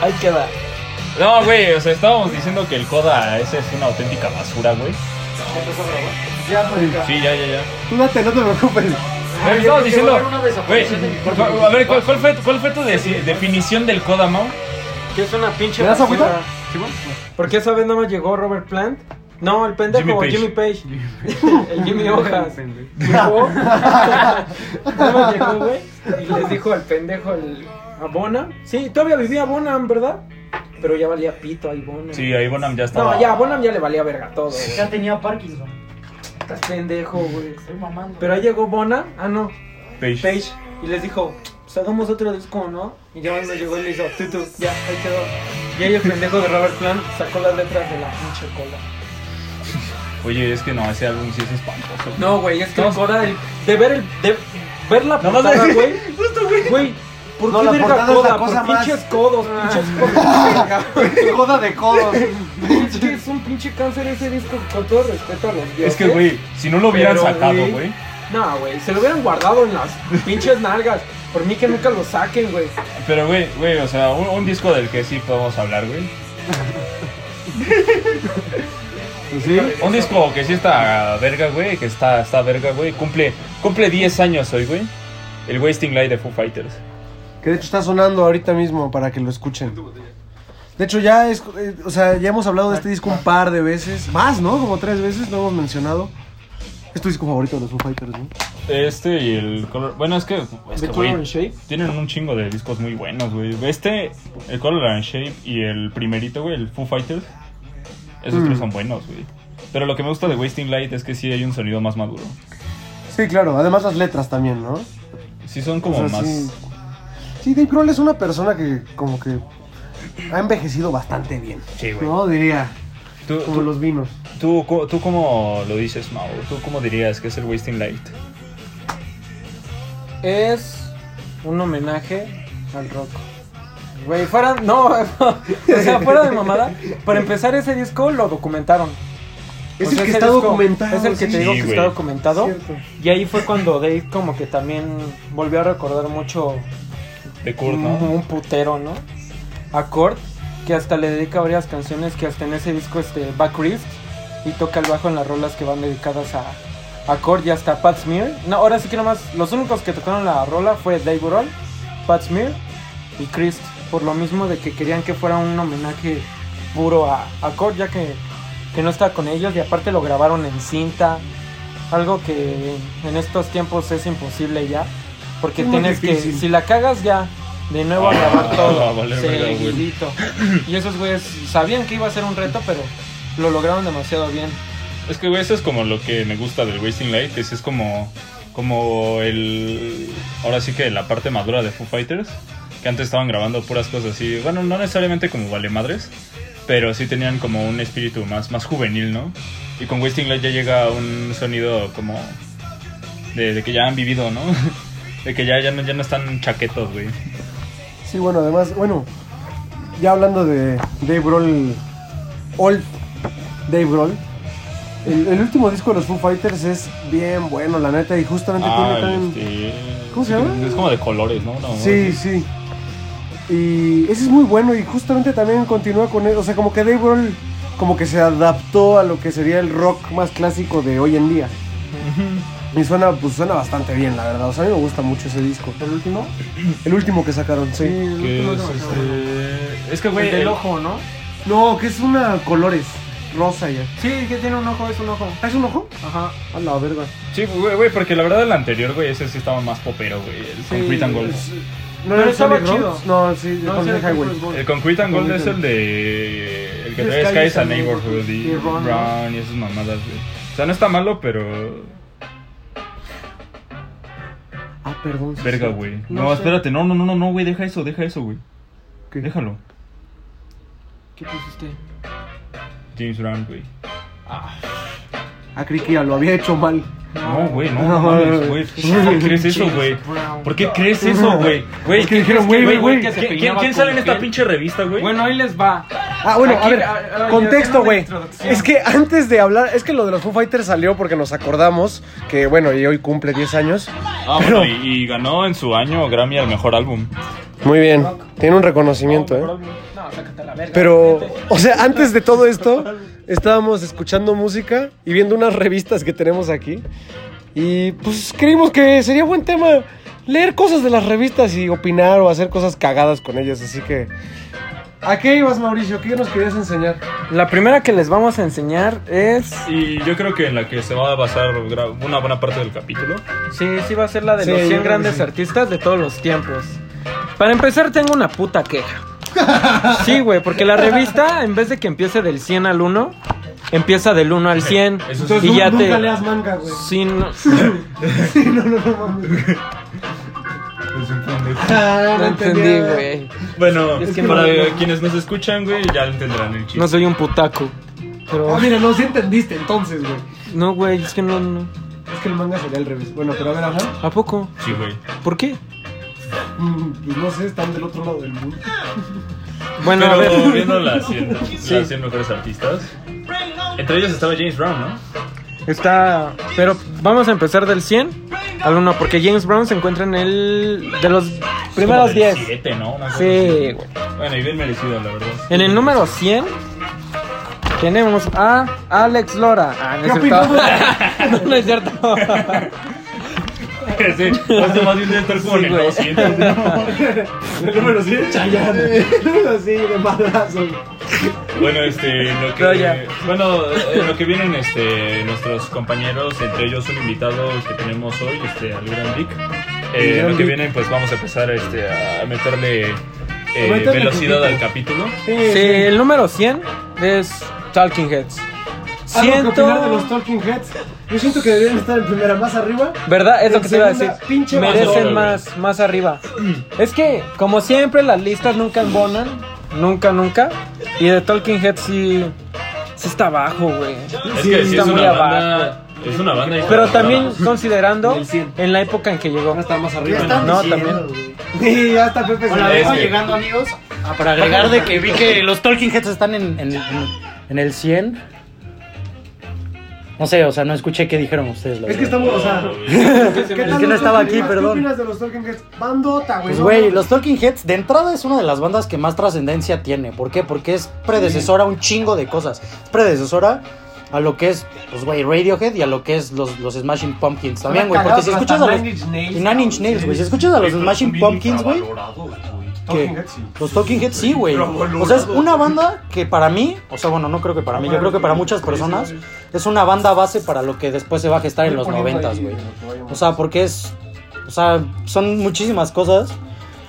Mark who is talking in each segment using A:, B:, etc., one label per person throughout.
A: Ahí queda.
B: No, güey, o sea, estábamos diciendo que el Coda ese es una auténtica basura, güey.
C: Ya, pues.
B: Sí, ya, ya, ya.
C: Tú date, no te preocupes.
B: Pero
A: Ah, yo creo que va
B: estabas
A: a
B: diciendo.
A: haber una desaparición
B: Güey,
A: de-
B: por favor, a ver, ¿cuál, cuál fue, cuál fue tu deci- definición del Coda, Mau?
A: Que es una pinche.
C: ¿Me das
A: basura.
C: agüita?
A: ¿Sí, bueno? Porque esa vez nada más llegó Robert Plant. No, el pendejo,
B: Jimmy Page.
A: Jimmy Page. el Jimmy Hojas. Llegó. nada más llegó, güey. Y les dijo al pendejo, el, a Bonham. Sí, todavía vivía Bonham, ¿verdad? Pero ya valía pito ahí Bonham.
B: Sí, ahí Bonham ya estaba.
A: No, ya, a Bonham ya le valía verga todo, güey.
D: Ya tenía Parkinson.
A: Estás pendejo, güey.
D: Estoy mamando.
A: Pero ahí llegó Bonham. Ah, no.
B: Page.
A: Page y les dijo, pues hagamos otro disco, ¿no? Y ya cuando llegó y le hizo, tú, tú, ya, ahí quedó. Y ahí el pendejo de Robert Plant sacó las letras de la pinche cola.
B: Oye, es que no, ese álbum sí es espantoso.
A: No, güey, es que el Coda, el- de ver el, de ver la
B: Nada más
A: portada,
B: de-
A: güey. Güey, ¿por
C: No,
A: qué
C: la
A: verga
C: portada es la
A: coda?
C: cosa
A: Por
C: más- Ah.
A: pinches codos, pinches codos.
C: Coda de codos.
A: es que es un pinche cáncer ese disco, con todo respeto a los dioses.
B: Es que, güey, si no lo hubieran
A: Pero,
B: sacado,
A: güey.
B: güey.
A: No, güey, se lo hubieran guardado en las pinches nalgas. Por mí que nunca lo saquen, güey.
B: Pero, güey, güey, o sea, un, un disco del que sí podemos hablar, güey.
C: Pues ¿Sí?
B: Un disco que sí está verga, güey, que está, está verga, güey. Cumple, cumple 10 años hoy, güey. El Wasting Light de Foo Fighters.
C: Que de hecho está sonando ahorita mismo para que lo escuchen. De hecho ya es, eh, o sea, ya hemos hablado de este disco un par de veces, más, ¿no? Como tres veces lo hemos mencionado. Es tu disco favorito de los Foo Fighters, ¿no?
B: Este y el color. Bueno, es que. Es
A: The
B: que, güey,
A: Color and Shape.
B: Tienen un chingo de discos muy buenos, güey. Este, el Color and Shape y el primerito, güey, el Foo Fighters. Esos
C: Mm.
B: tres son buenos, güey. Pero lo que me gusta de Wasting Light es que sí hay un sonido más maduro.
C: Sí, claro. Además las letras también, ¿no?
B: Sí son como
C: O sea,
B: más.
C: sí. Sí, Dave Grohl es una persona que como que ha envejecido bastante bien.
B: Sí, güey.
C: No, diría,
B: ¿Tú,
C: como
B: tú,
C: los vinos.
B: tú, co- tú cómo lo dices, Mau? ¿Tú cómo dirías que es el Wasting Light?
A: es un homenaje al rock. Güey, fuera, no, o sea, fuera de mamada. Para empezar, ese disco lo documentaron.
C: Es
A: O
C: el
A: sea,
C: que
A: ese
C: está
A: disco
C: documentado.
A: Es el que
C: sí.
A: te digo
B: Sí,
A: que
B: güey.
A: está documentado.
C: Cierto.
A: Y ahí fue cuando Dave, como que también volvió a recordar mucho
B: De Kurt,
A: un,
B: ¿no?
A: un putero, ¿no? A Kurt, que hasta le dedica varias canciones que hasta en ese disco, este, Back Rift, y toca el bajo en las rolas que van dedicadas a, a Kurt y hasta Pat Smear. No, ahora sí que nomás, los únicos que tocaron la rola fue Dave Grohl, Pat Smear y Chris, por lo mismo de que querían que fuera un homenaje puro a, a Kurt, ya que, que no está con ellos, y aparte lo grabaron en cinta, algo que en estos tiempos es imposible ya, porque
C: Es muy
A: tienes que,
C: difícil.
A: si la cagas ya, de nuevo a
B: Ah,
A: grabar
B: ah,
A: todo,
B: vale, verga, güey.
A: seguidito. Y esos güeyes sabían que iba a ser un reto, pero lo lograron demasiado bien.
B: Es que, güey, eso es como lo que me gusta del Wasting Light, que sí es como, como el... Ahora sí que la parte madura de Foo Fighters, que antes estaban grabando puras cosas así, bueno, no necesariamente como vale madres, pero sí tenían como un espíritu más, más juvenil, ¿no? Y con Wasting Light ya llega un sonido como de, de que ya han vivido, ¿no? De que ya, ya, no, ya no están chaquetos, güey.
C: Sí, bueno, además, bueno, ya hablando de Dave Grohl, Old Dave Grohl, el, el último disco de los Foo Fighters es bien bueno, la neta, y justamente
B: Ah,
C: tiene también...
B: este,
C: ¿Cómo se llama?
B: Es como de colores, ¿no? No,
C: Sí, sí. Y ese es muy bueno y justamente también continúa con él. O sea, como que Dave Grohl como que se adaptó a lo que sería el rock más clásico de hoy en día. Y suena, pues suena bastante bien, la verdad. O sea, a mí me gusta mucho ese disco.
A: ¿El último?
C: El último que sacaron, sí.
B: que es, este, es que, güey,
A: el del
B: el-
A: ojo, ¿no?
C: No, que es una colores, rosa ya.
A: Sí, que tiene un ojo, es un ojo.
C: ¿Es un ojo?
A: Ajá.
C: A la verga.
B: Sí, güey, güey, porque la verdad el anterior, güey, ese sí estaba más popero, güey. El Concrete and Gold.
C: No,
A: Pero
C: era
A: estaba
C: Sonic
A: chido.
C: Roads? No, sí,
A: No,
C: con
A: sí,
C: el
A: el
C: Highway.
A: Concrete Gold.
B: El Concrete and Gold
C: Concrete
B: es el de. El que
A: Tres
B: trae Sky
A: calles
B: is a
A: and
B: Neighborhood
A: Neighborhood.
B: y
A: Y Ron, ¿no?
B: Brown y esas mamadas, güey. O sea, no está malo, pero.
C: Ah, perdón. sí,
B: Verga,
C: sí.
B: güey. No,
A: No sé.
B: espérate, no, no, no, no, no, güey, deja eso, deja eso, güey.
C: ¿Qué?
B: Déjalo.
A: ¿Qué pusiste?
B: James Brown, güey.
C: Ah, creí que ya lo había hecho mal.
B: No, güey, no,
C: No,
B: no, mames,
C: güey.
B: güey. ¿Por qué crees eso, güey?
A: Brown.
B: ¿Por qué crees eso, güey? Güey,
C: Es que
B: ¿quién-
C: dijeron,
B: quién-
C: güey, güey,
B: güey,
A: que se
B: ¿quién-
A: peinaba
B: ¿Quién sale en
A: con
B: esta
A: gel?
B: pinche revista, güey?
A: Bueno, ahí les va.
C: Ah, bueno,
A: Aquí,
C: a ver,
A: a- a- yo tengo
C: contexto,
A: una
C: güey.
A: introducción.
C: Es que antes de hablar, es que lo de los Foo Fighters salió porque nos acordamos que, bueno, y hoy cumple 10 años.
B: Ah, bueno, y, y ganó en su año Grammy al mejor álbum.
C: Muy bien, tiene un reconocimiento, ¿eh?
A: No, sácate a la verga.
C: Pero,
A: vete.
C: o sea, antes de todo esto, estábamos escuchando música y viendo unas revistas que tenemos aquí. Y pues creímos que sería buen tema leer cosas de las revistas y opinar o hacer cosas cagadas con ellas. Así que, ¿a qué ibas, Mauricio? ¿Qué nos querías enseñar?
A: La primera que les vamos a enseñar es.
B: Y yo creo que en la que se va a basar gra- una buena parte del capítulo.
A: Sí, sí, va a ser la de
C: Sí,
A: los
C: yo
A: 100
C: creo que
A: grandes
C: sí.
A: artistas de todos los tiempos. Para empezar, tengo una puta queja. Sí, güey, porque la revista, en vez de que empiece del 100 al 1, empieza del 1 al 100.
B: Eso
C: Pues,
B: sí.
A: y ya te.
C: manga, güey.
A: Sí, no-
C: Sí, no, no, no, Ah,
A: no entendí, güey.
B: Bueno,
A: Es que
B: para
A: no-
B: eh, quienes nos escuchan, güey, ya entenderán el chiste.
A: No soy un putaco. Pero.
C: Ah, mira, no, sí entendiste entonces, güey.
A: No, güey, es que no, no.
C: Es que el manga sería al revés. Bueno, pero a ver, ajá.
A: ¿A poco?
B: Sí, güey.
A: ¿Por qué?
C: Pues no sé, están del otro lado del mundo.
A: Bueno, a
B: Pero
A: ver.
B: viendo las 100, las 100 mejores artistas, entre ellos estaba James Brown, ¿no?
A: Está. Pero vamos a empezar del 100 al 1, porque James Brown se encuentra en el. De los primeros 10.
B: 7, ¿no? Una cosa
A: Sí,
B: así.
A: güey.
B: Bueno, y bien merecido, la verdad.
A: En el número 100 tenemos a Alex Lora. Ah, no es cierto. no, no es cierto.
B: Sí, hace más bien de estar como
A: Sí,
B: en el
A: güey.
B: 200, ¿no? El número 100,
C: Eh,
B: Chayanne.
C: Así, de madrazo.
B: Bueno, este, lo que,
A: No, ya.
B: bueno, eh, lo que vienen este, nuestros compañeros, entre ellos un invitado que tenemos hoy, este, al Gran Dick. Eh,
C: El Gran
B: lo que
C: Vic.
B: vienen, pues vamos a empezar este, a meterle eh,
C: meterle
B: velocidad
C: poquito.
B: al capítulo.
A: Sí,
C: Eh,
A: el número 100 es Talking Heads.
C: ¿Algo que opinar de
A: Siento.
C: los Talking Heads? Yo siento que deberían estar en primera, más arriba.
A: ¿Verdad? Es lo
C: En
A: que te iba a decir.
C: segunda, pinche
B: basura,
A: Merecen
B: güey.
A: más, más arriba. Es que, como siempre, las listas nunca embonan. Nunca, nunca. Y de Talking Head sí. Sí está abajo, güey.
B: Es que sí,
A: está
B: es
A: muy
B: una
A: abajo.
B: banda. Es una banda.
A: Pero
B: internacional.
A: también considerando
D: Del 100.
A: en la época en que llegó.
C: No está más arriba.
D: están
A: No,
D: diciendo,
A: también.
D: güey.
C: Sí, ya está Pepe.
D: Hola,
B: Es
D: vengo
B: que-
D: llegando amigos. Ah, para agregar Este. de que vi que los Talking Heads están en, en- en- en el 100. No sé, o sea, no escuché qué dijeron ustedes. la
C: Es que
D: verdad.
C: estamos, o sea. ¿qué
D: Es
C: tal
D: que no
C: los
D: estaba
C: Talking
D: aquí,
C: Heads?
D: perdón.
C: ¿Qué opinas de los Talking Heads? Bandota, güey.
D: Pues,
C: ¿no?
D: güey, los Talking Heads de entrada es una de las bandas que más trascendencia tiene. ¿Por qué? Porque es predecesora a un chingo de cosas. Es predecesora a lo que es, pues, güey, Radiohead y a lo que es los, los Smashing Pumpkins también, güey. Porque si
C: Hasta
D: escuchas a los.
C: Nine Inch Nails,
D: y Nine Inch Nails, güey. Si escuchas a los
C: pues,
D: Smashing Pumpkins, güey.
C: Talking
D: que
C: Heads, sí.
D: los Talking Heads sí, güey. O sea, es una banda que para mí, o sea, bueno, no creo que para mí, yo creo que para muchas personas es una banda base para lo que después se va a gestar en los
C: Estoy poniendo
D: noventas,
C: ahí,
D: güey.
C: lo que vayamos.
D: O sea, porque es, o sea, son muchísimas cosas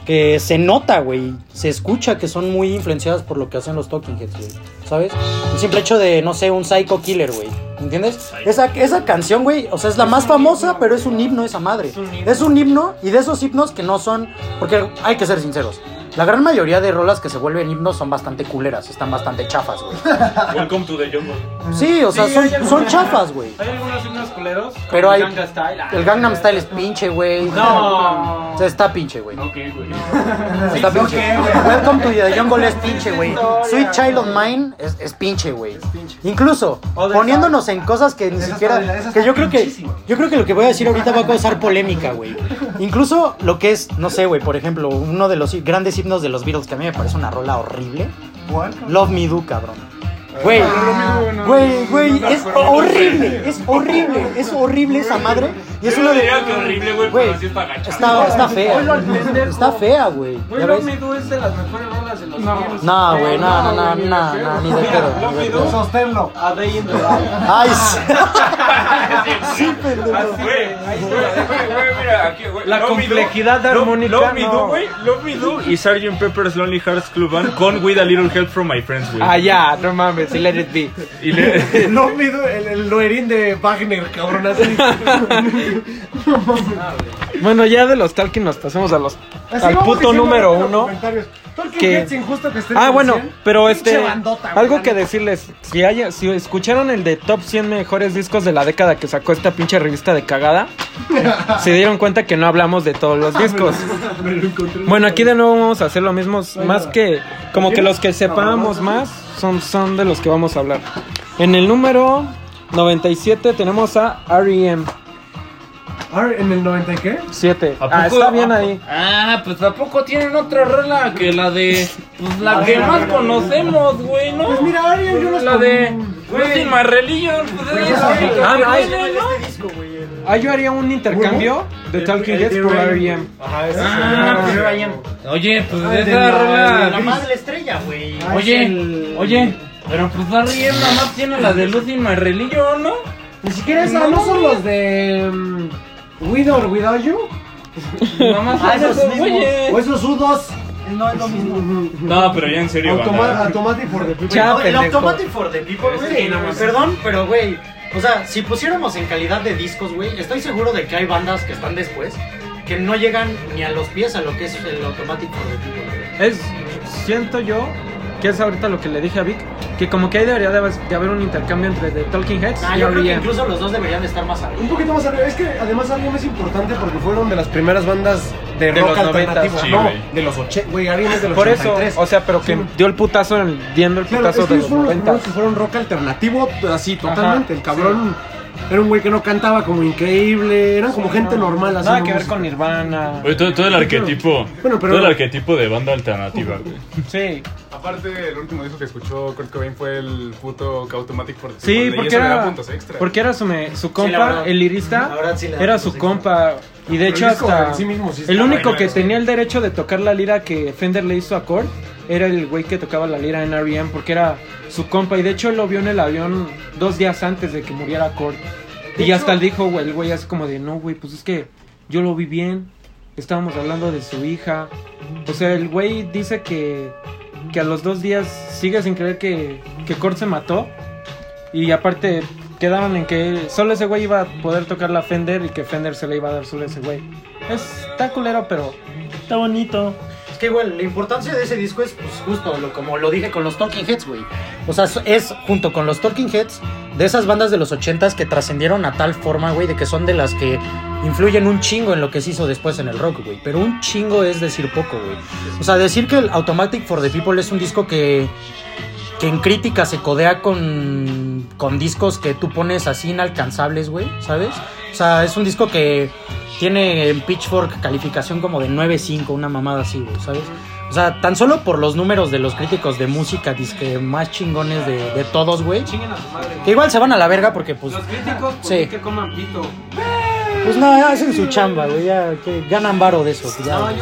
D: que se nota, güey. Se escucha que son muy influenciadas por lo que hacen los Talking Heads, güey. ¿Sabes? El simple hecho de, no sé, un Psycho Killer, güey. ¿Entiendes? Esa, esa canción, güey, o sea, es la más famosa, pero es un himno esa madre. Es un himno y de esos himnos que no son... Porque hay que ser sinceros. La gran mayoría de rolas que se vuelven himnos son bastante culeras, están bastante chafas, güey.
B: Welcome to the Jungle.
D: Sí, o sea,
A: Sí, hay
D: son,
A: algunas-
D: son chafas, güey.
A: Hay algunos himnos culeros.
D: Pero
A: como
D: hay-
A: Gangnam Style.
D: El Gangnam Style es pinche, güey.
A: No.
D: O sea, está pinche, güey. Está
C: Sí, ¿por
D: pinche.
C: qué, güey?
D: Welcome to the Jungle es pinche, güey.
A: historia,
D: Sweet Child of Mine es, es pinche, güey.
A: pinche.
D: Incluso
A: O de
D: poniéndonos en cosas que ni
C: Esa
D: siquiera.
C: está- esa está
D: que yo creo que.
C: pinchísima.
D: Yo creo que lo que voy a decir ahorita va a causar polémica, güey. Incluso lo que es, no sé, güey, por ejemplo, uno de los hi- grandes himnos de los Beatles que a mí me parece una rola horrible.
C: ¿Cuál?
D: Love Me Do, cabrón. Güey,
C: Ah, no,
D: güey, güey,
C: no,
D: es
C: pero-
D: horrible, es horrible, es horrible esa madre. Y es una de. Güey, está, está fea.
A: Oílo al pendejo.
D: Está fea, güey.
A: Güey,
D: ¿ya
A: Love
D: ves?
A: Me Do es de las mejores rolas de los Beatles.
D: No, güey, no, no, no, no, no, ni de
A: Mira,
D: pedo.
A: Love
D: ni de
A: Me
D: pedo.
A: Do.
C: Sosténlo.
A: A Day in the Life.
D: Ay, sí. Sí,
A: Así,
D: pendejo.
A: güey, ahí está. La
B: La
A: complejidad armónica,
B: Love Me
A: no.
B: Do, güey. Love Me Do y Sgt. Pepper's Lonely Hearts Club Band con With a Little Help from My Friends, güey.
A: Ah, ya, no mames, y Let It Be.
B: Y le-
C: No mido el, el loerín de Wagner, cabrón, así.
A: Bueno, ya de los Talking nos pasamos a los,
C: Así
A: al
C: vamos
A: puto
C: diciendo
A: número
C: ahorita los
A: uno.
C: comentarios. Talking
A: que-
C: Heads injusto que estén en
A: Ah,
C: el
A: bueno,
C: 100.
A: pero
C: Pinche
A: este.
C: bandota, güey,
A: Algo
C: la
A: que
C: neta.
A: decirles. Si, haya, si escucharon el de top 100 mejores discos de la década que sacó esta pinche revista de cagada, se dieron cuenta que no hablamos de todos los discos. bueno, aquí de nuevo vamos a hacer lo mismo. Más que. Como que los que sepamos más, son, son de los que vamos a hablar. En el número 97 tenemos a E R.E.M.
C: Ah, ¿En el 90 y qué?
A: 7.
B: ¿A
A: Ah,
B: poco-
A: está bien
B: a-
A: ahí.
E: Ah, pues tampoco tienen otra rola que la de. Pues la que más conocemos, güey, ¿no?
C: Pues mira, Ariel, yo las
E: La de.
C: con-
E: Última Religion, pues es eso, güey,
A: Ah,
E: que este
A: no, es-
E: viene, ¿no?
A: Ah, yo haría un intercambio de Talking Heads por E R.E.M.
F: Ajá, ese
E: Ah,
F: es el-
E: pero Oye, pues
C: Ah, de
E: esa
C: la-
E: rola.
F: La madre estrella, güey.
E: Oye, oye, pero pues Barry es nada más tiene la del último relillo, ¿no?
F: Ni siquiera
C: Esa, ¿no son los de. mm, With or Without You?
E: Nada más
F: Ah,
E: son
F: esos
E: esos
F: mismos.
E: güeyes.
C: ¿O esos U2?
F: No es lo mismo.
B: No, pero ya en serio,
C: Automa-
B: banda.
C: Automatic for the people.
A: Ya,
F: No, el
A: pendejo.
F: Automatic for the People, güey. Perdón, pero güey. O sea, si pusiéramos en calidad de discos, güey, estoy seguro de que hay bandas que están después que no llegan ni a los pies a lo que es el Automatic for the People, güey.
A: Es, siento yo, que es ahorita lo que le dije a Vic, que como que ahí debería de, de haber un intercambio entre The Talking Heads
F: Ah,
A: y E
F: yo creo que
A: R.E.M.
F: incluso los dos deberían de estar más
C: Un
F: arriba.
C: poquito más arriba. Es que además Ariel es importante porque fueron de las primeras bandas de,
A: De
C: rock
A: los
C: alternativo.
A: noventas.
B: Sí,
C: no,
B: güey.
C: de los 80. Güey, Ariel es de los
A: Por eso,
C: 83.
A: o sea, pero que
C: Sí.
A: dio el putazo, en- diendo el
C: Claro, es
A: putazo
C: que
A: de los
C: ellos fueron los
A: 90.
C: primeros que fueron rock alternativo, así,
A: Ajá,
C: totalmente. el cabrón era un güey que no cantaba como increíble, eran como gente normal, así.
A: Nada
C: no
A: que ver
C: música.
A: con Nirvana.
B: Oye, todo, todo el arquetipo.
C: Bueno, pero-
B: Todo el arquetipo de banda alternativa, güey.
A: Sí,
F: Aparte,
G: El último disco que escuchó Kurt Cobain fue el puto Automatic for the People,
A: sí
G: y
A: porque,
G: eso le da
A: era,
G: puntos extra.
A: porque era su, me- su compa,
F: la verdad.
A: el lirista,
F: La verdad sí le da
A: era
F: puntos
A: su
F: extra.
A: compa. Y de
C: Pero
A: hecho,
C: el disco
A: hasta
C: en sí mismo sí está
A: el único
G: bueno,
A: que
G: eso.
A: tenía el derecho de tocar la lira que Fender le hizo a Korn era el güey que tocaba la lira en R.E.M. porque era su compa. Y de hecho, él lo vio en el avión dos días antes de que muriera Korn.
C: De
A: Y
C: hecho-
A: hasta él dijo, güey, el güey así como de, no, güey, pues es que yo lo vi bien. Estábamos hablando de su hija. O sea, el güey dice que, que a los dos días sigue sin creer que, que Kurt se mató. Y aparte quedaron en que solo ese güey iba a poder tocar la Fender y que Fender se le iba a dar solo a ese güey. Es, está culero, pero está bonito.
F: Es que igual, la importancia de ese disco es, pues, justo lo, como lo dije con los Talking Heads, güey.
D: O sea, es junto con los Talking Heads de esas bandas de los 80s que trascendieron a tal forma, güey, de que son de las que influyen un chingo en lo que se hizo después en el rock, güey. Pero un chingo es decir poco, güey. O sea, decir que el Automatic for the People es un disco que, que en crítica se codea con, con discos que tú pones así inalcanzables, güey, ¿sabes? O sea, es un disco que tiene en Pitchfork calificación como de 9.5, una mamada así, güey, ¿sabes? O sea, tan solo por los números de los críticos de música disque más chingones de, de todos, güey.
A: Chinguen a su madre.
D: Que igual se van a la verga porque, pues,
A: críticos,
D: pues, Sí. que
A: coman pito.
D: pues no, hacen su chamba, güey. Ya que ganan varo de eso. ya, güey.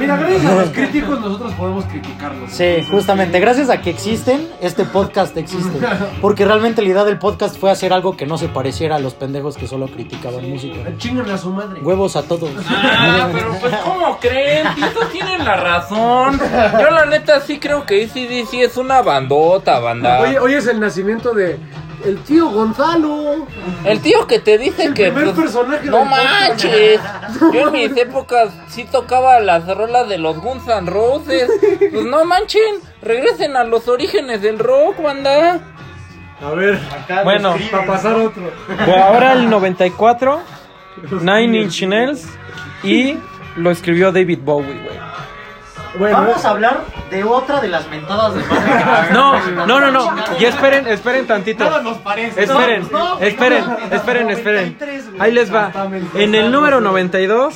C: Mira, gracias a los críticos nosotros podemos criticarlos.
D: Sí, justamente. Gracias a que existen, este podcast existe. Porque realmente la idea del podcast fue hacer algo que no se pareciera a los pendejos que solo criticaban música.
C: Chingan a su madre.
D: Huevos a todos.
E: Ah, pero pues ¿cómo creen? Tito tienen la razón. Yo la neta sí creo que ACDC es una bandota, banda.
C: Oye, hoy es el nacimiento de el tío Gonzalo.
E: El tío que te dice
C: El
E: que. pues
C: primer personaje
E: no
C: del
E: manches. Yo en mis épocas sí tocaba las rolas de los Guns N' Roses. Pues no manchen. Regresen a los orígenes del rock, banda.
C: A ver,
A: Bueno,
C: para pasar otro.
A: por ahora el 94, Nine Inch Nails y lo escribió David Bowie, güey.
C: Bueno,
F: Vamos a hablar de otra de las mentadas de madre.
A: No, no, no, no. Y esperen, esperen tantito. Esperen,
F: No, no,
A: esperen,
F: no, no,
A: esperen,
F: 93,
A: esperen.
F: güey.
A: Ahí les va.
C: Hasta me empezaron,
A: En el número
C: sí.
A: 92,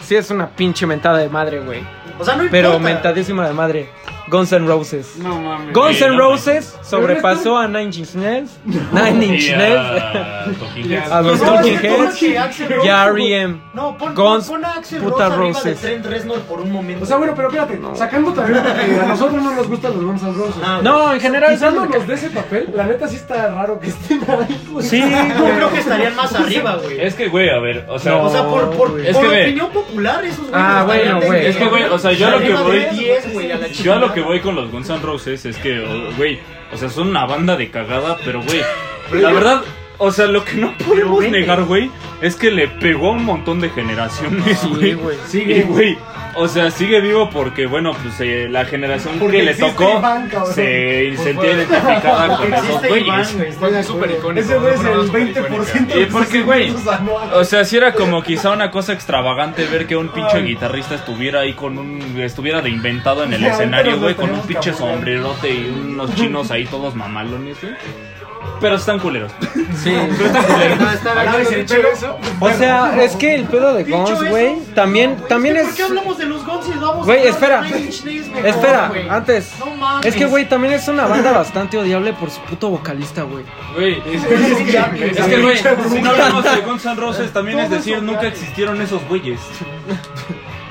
A: sí es una pinche mentada de madre, güey.
F: O sea, no
A: Pero
F: importa.
A: mentadísima de madre. Guns N' Roses.
E: No mames.
A: Guns
B: Sí,
A: N'
B: no
A: Roses sobrepasó a Nine Inch Nails, Nine
B: Y
A: Inch
B: a-
A: Nails,
B: Talking Heads.
A: a los
F: No,
A: Talking
F: es que pon
A: Heads
F: que Axl
A: y
F: Rose-
A: a E R.E.M.
F: No, pon,
A: Guns,
F: pon a Axel
A: puta
F: Rose arriba de
A: Roses.
F: Trent Reznor por un momento.
C: O sea, bueno, pero espérate, sacando también porque a nosotros no nos gustan los Guns N' Roses.
F: Ah,
A: No, en general.
C: Quitándonos de ese papel, la neta sí está raro que estén ahí. güey.
A: Sí,
F: Yo creo que estarían más arriba, güey.
B: Es que, güey, a ver, o sea.
A: No.
F: O sea, por, por,
B: Es
F: por
B: que ve.
F: opinión popular, esos güeyes.
A: Ah,
F: estarían
A: bueno, güey.
F: de-
B: Es que, güey, o sea, yo lo que
F: Arriba de
B: voy-
F: 10, güey, a la
B: Yo a lo
F: chingada.
B: que voy con los Guns N' Roses es que, o- güey, o sea, son una banda de cagada, pero, güey, la verdad, o sea, lo que no podemos negar, güey, es que le pegó a un montón de generaciones,
A: Sí,
B: güey.
A: güey.
B: Y, güey, O sea, sigue vivo porque, bueno, pues eh, la generación
C: Porque
B: que le
C: existe
B: tocó
C: Iván, cabrón.
B: se
G: Pues,
B: sentía
G: bueno.
B: identificada con esos
D: Existe Iván,
B: güeyes.
D: güey.
G: Pues es súper icónico.
C: Ese güey es
G: una
C: el
G: broma súper
C: 20%
G: icónica.
C: de
B: Y porque,
C: sus
B: güey,
C: ingresos anuales.
B: O sea, sí era como quizá una cosa extravagante ver que un pinche guitarrista estuviera ahí con un. estuviera de inventado en el
C: Ya, ahorita
B: escenario,
C: nos
B: güey, con un
C: detenemos,
B: pinche
C: cabrón.
B: sombrerote y unos chinos ahí todos mamalones, güey. Pero están culeros.
A: Sí.
D: No, está
C: Ahora
D: bien.
C: ves el pelo.
A: O sea, es que el pedo de
C: Dicho
A: Guns,
C: eso,
A: güey, también,
D: Güey,
A: también
D: ¿por
A: es...
D: qué hablamos de los Guns y vamos
A: Güey,
D: a hablar
A: espera.
D: de Nine Inch Nails mejor,
A: Espera,
D: güey?
A: antes.
D: No mames.
A: Es que, güey, también es una banda bastante odiable por su puto vocalista, güey.
B: Güey, es, es que, güey, si no hablamos de Guns N' Roses, también es decir, nunca existieron esos güeyes.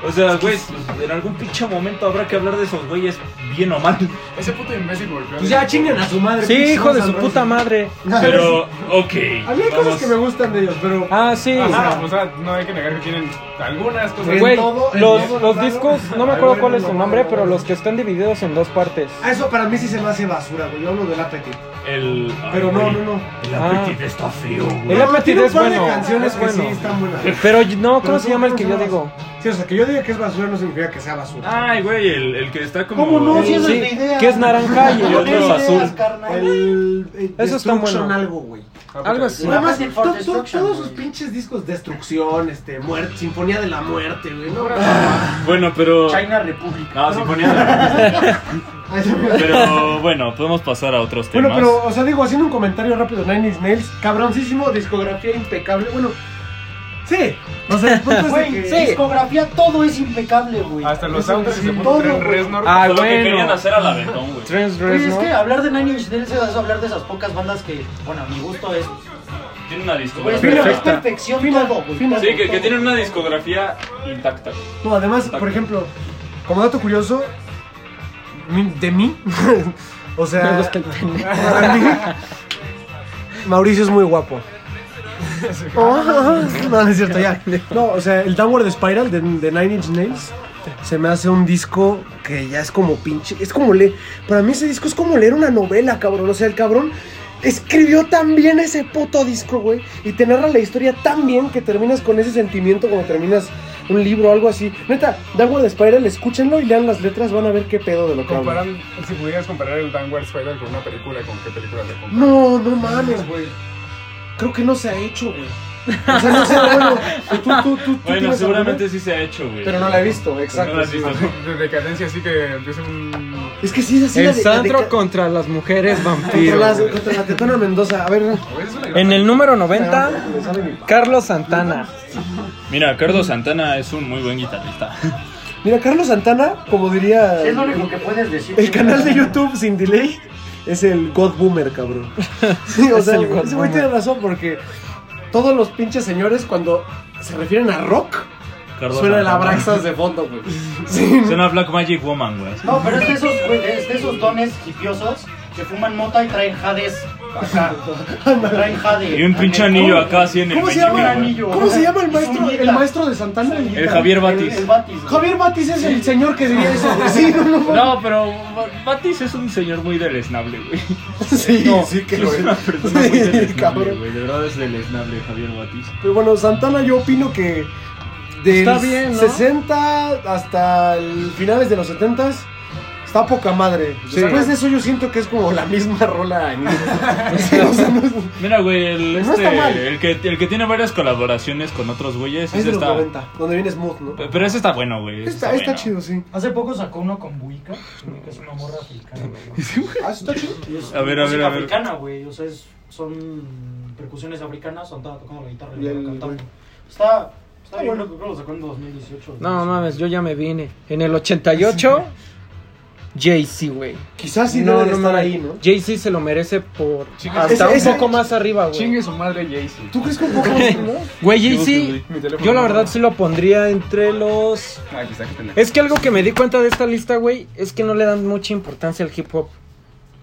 B: O sea, güey, en algún pinche momento habrá que hablar de esos güeyes bien o mal.
G: Ese puto imbécil golpeó.
C: Pues ya chingan a su madre.
A: Sí,
C: pinches
A: hijo de
C: Guns
A: su
C: N'
A: puta
C: Roses.
A: madre.
B: Pero, ok.
C: A mí hay
B: vamos.
C: cosas que me gustan de ellos, pero.
A: Ah, sí.
G: Ajá, o sea, no hay que negar que tienen algunas cosas.
A: Güey,
C: todo, en
A: los,
C: todo,
A: los
C: claro.
A: discos, no me acuerdo cuál es su nombre, pero los que están divididos en dos partes.
C: Ah, eso para mí sí se me hace basura, güey. Yo hablo del Apetite.
B: El.
C: Pero
B: ay,
C: no,
B: güey,
C: no, no.
B: El
A: Ah.
B: apetito está feo, güey.
A: El Apetite
C: Tiene un
A: es
C: par de
A: bueno,
C: canciones
A: es
C: que sí
A: bueno.
C: están buenas.
A: Pero yo- no,
C: Pero
A: ¿cómo se llama el que yo
C: ¿cómo se
A: digo? Ah,
C: Sí, o sea, que yo diga que es basura no significa que sea basura.
B: Ay, güey, el, el que está como.
C: ¿Cómo no? Si
A: Sí,
C: eso es
A: sí,
C: la idea.
A: que es naranja y el
B: Y
A: otro es
B: otro es
A: azul.
B: azul.
C: El, el
A: Eso está
C: Destruction
A: bueno.
C: algo, güey.
G: Ah,
A: Algo así.
C: Nada más,
D: Appetite for
C: to- to-
D: Destruction,
C: todos
D: güey.
C: sus pinches discos, Destrucción, este, muerte, Sinfonía de la Muerte, güey. No, Ah,
B: Bueno, pero.
D: China Republic.
B: No, Sinfonía de la-
C: Ay, se me-
B: Pero bueno, podemos pasar a otros
C: Bueno,
B: temas.
C: pero, o sea, digo, haciendo un comentario rápido, Nine Inch Nails, cabroncísimo, discografía impecable, bueno, sí, o sea, el punto es de que...
D: Güey, discografía, todo es impecable, güey.
G: Hasta los
C: Eso
G: autos que se
C: sí,
G: puso
C: todo,
G: Trent
C: güey.
G: Reznor.
A: Ah,
B: Solo que querían
A: bueno.
B: hacer al aventón, güey.
A: Trans
D: Güey, es
A: ¿no?
D: que hablar de Nine Inch Nails es hablar de esas pocas bandas que, bueno, a mi gusto es.
B: Tiene una
D: Güey,
B: discografía.
D: mira, es
A: Perfecta.
D: perfección
C: Final,
D: todo, güey.
C: final.
D: todo,
B: Sí, que, que
D: todo.
B: tienen una discografía intacta.
C: No, además, por ejemplo, como dato curioso, mi- de mí, o sea,
A: Los que-
C: para mí, Mauricio es muy guapo. no, no es cierto, ya. No, o sea, el Downward Spiral de, de Nine Inch Nails se me hace un disco que ya es como pinche. Es como leer. Para mí, ese disco es como leer una novela, cabrón. O sea, el cabrón escribió tan bien ese puto disco, güey. Y te narra la historia tan bien que terminas con ese sentimiento cuando terminas un libro o algo así. Neta, Downward Spiral, escúchenlo y lean las letras. Van a ver qué pedo de lo que hablan.
G: Comparan, si pudieras comparar el Downward Spiral con una película, ¿con qué película le comparas?
C: No, no mames, güey. Creo que no se ha hecho, güey. O sea, no sé, bueno. Tú, tú, tú, tú
B: Bueno,
C: tienes
B: seguramente
C: alguna?
B: sí se ha hecho, güey.
C: Pero no la he visto, exacto.
B: No la has visto.
G: De decadencia sí que empieza un...
C: Es que sí es así la
A: El
C: de- la de
A: Sandro
C: ca-
A: contra las mujeres
C: contra,
A: vampiros.
C: las- contra la tetona Mendoza. A ver. ah,
G: A veces es una gran-
A: En el número 90, Carlos Santana.
B: Mira, Cardo Santana es un muy buen guitarrista.
C: Mira, Carlos Santana, como diría
D: Es lo único que puedes decir.
C: el canal de YouTube sin delay, es el God Boomer, cabrón. Sí, o
A: Es
C: sea,
A: el God
C: ese güey
A: Boomer.
C: tiene razón porque todos los pinches señores cuando se refieren a rock,
B: Cardo
C: suena la
B: Santana.
C: Braxas de fondo, güey. Sí,
B: Suena Black Magic Woman, güey.
D: No, pero es de esos, güey, es de esos dones hipiosos que fuman mota y traen jades acá. traen jade.
B: Y un pinche anillo acá así en el
C: ¿Cómo se,
B: pinche
C: llama,
B: mira, güey.
C: ¿Cómo se llama el maestro,
D: Zúñiga.
C: el maestro de Santana?
B: El Javier Batis.
D: El Batis. güey.
C: Javier Batis es el señor que diría eso. güey. Sí, no, no,
B: No, pero Ba- Batis es un señor muy deleznable, güey.
C: Sí, sí que
B: Es una persona
C: Sí,
B: muy deleznable,
C: cabrón.
B: güey. De verdad es deleznable Javier Batis.
C: Pero bueno, Santana yo opino que del
A: Está bien, ¿no?
C: 60 hasta el finales de los 70 está poca madre. Después de eso yo siento que es como la misma rola. en- o sea, o sea, no es-
B: Mira, güey, el,
C: No
B: este,
C: está mal.
B: el, que, el que tiene varias colaboraciones con otros güeyes,
C: es
B: ese
C: de los
B: está...
C: 90, donde viene Smooth, ¿no?
B: Pe- Pero ese está bueno, güey. ese
C: Está, está
B: bueno.
C: chido, sí.
D: Hace poco sacó uno con Buica. Buica es una morra africana. güey.
C: Ah, está chido.
D: Es
B: A ver, a ver,
D: música
B: a ver.
D: africana, güey. O sea, es- son percusiones africanas. Santana tocando la guitarra y
C: Y el-
D: cantando. Está. Está bueno, creo que lo sacó en 2018.
A: No mames, yo ya me vine. En el 88, Jay-Z, güey.
C: Quizás sí debe de estar ahí, ¿no?
A: Jay-Z se lo merece por.
G: Chingue su-
A: Hasta
C: Ese- ese-
A: un poco más arriba, güey.
G: Chingue su madre Jay-Z.
C: ¿Tú crees que un poco más, no?
A: Güey,
B: Sí,
A: Jay-Z,
G: Mi teléfono
A: yo la
G: no-
A: verdad sí lo pondría entre los.
G: Ah, quizá que tenga.
A: Es que algo que me di cuenta de esta lista, güey, es que no le dan mucha importancia al hip hop.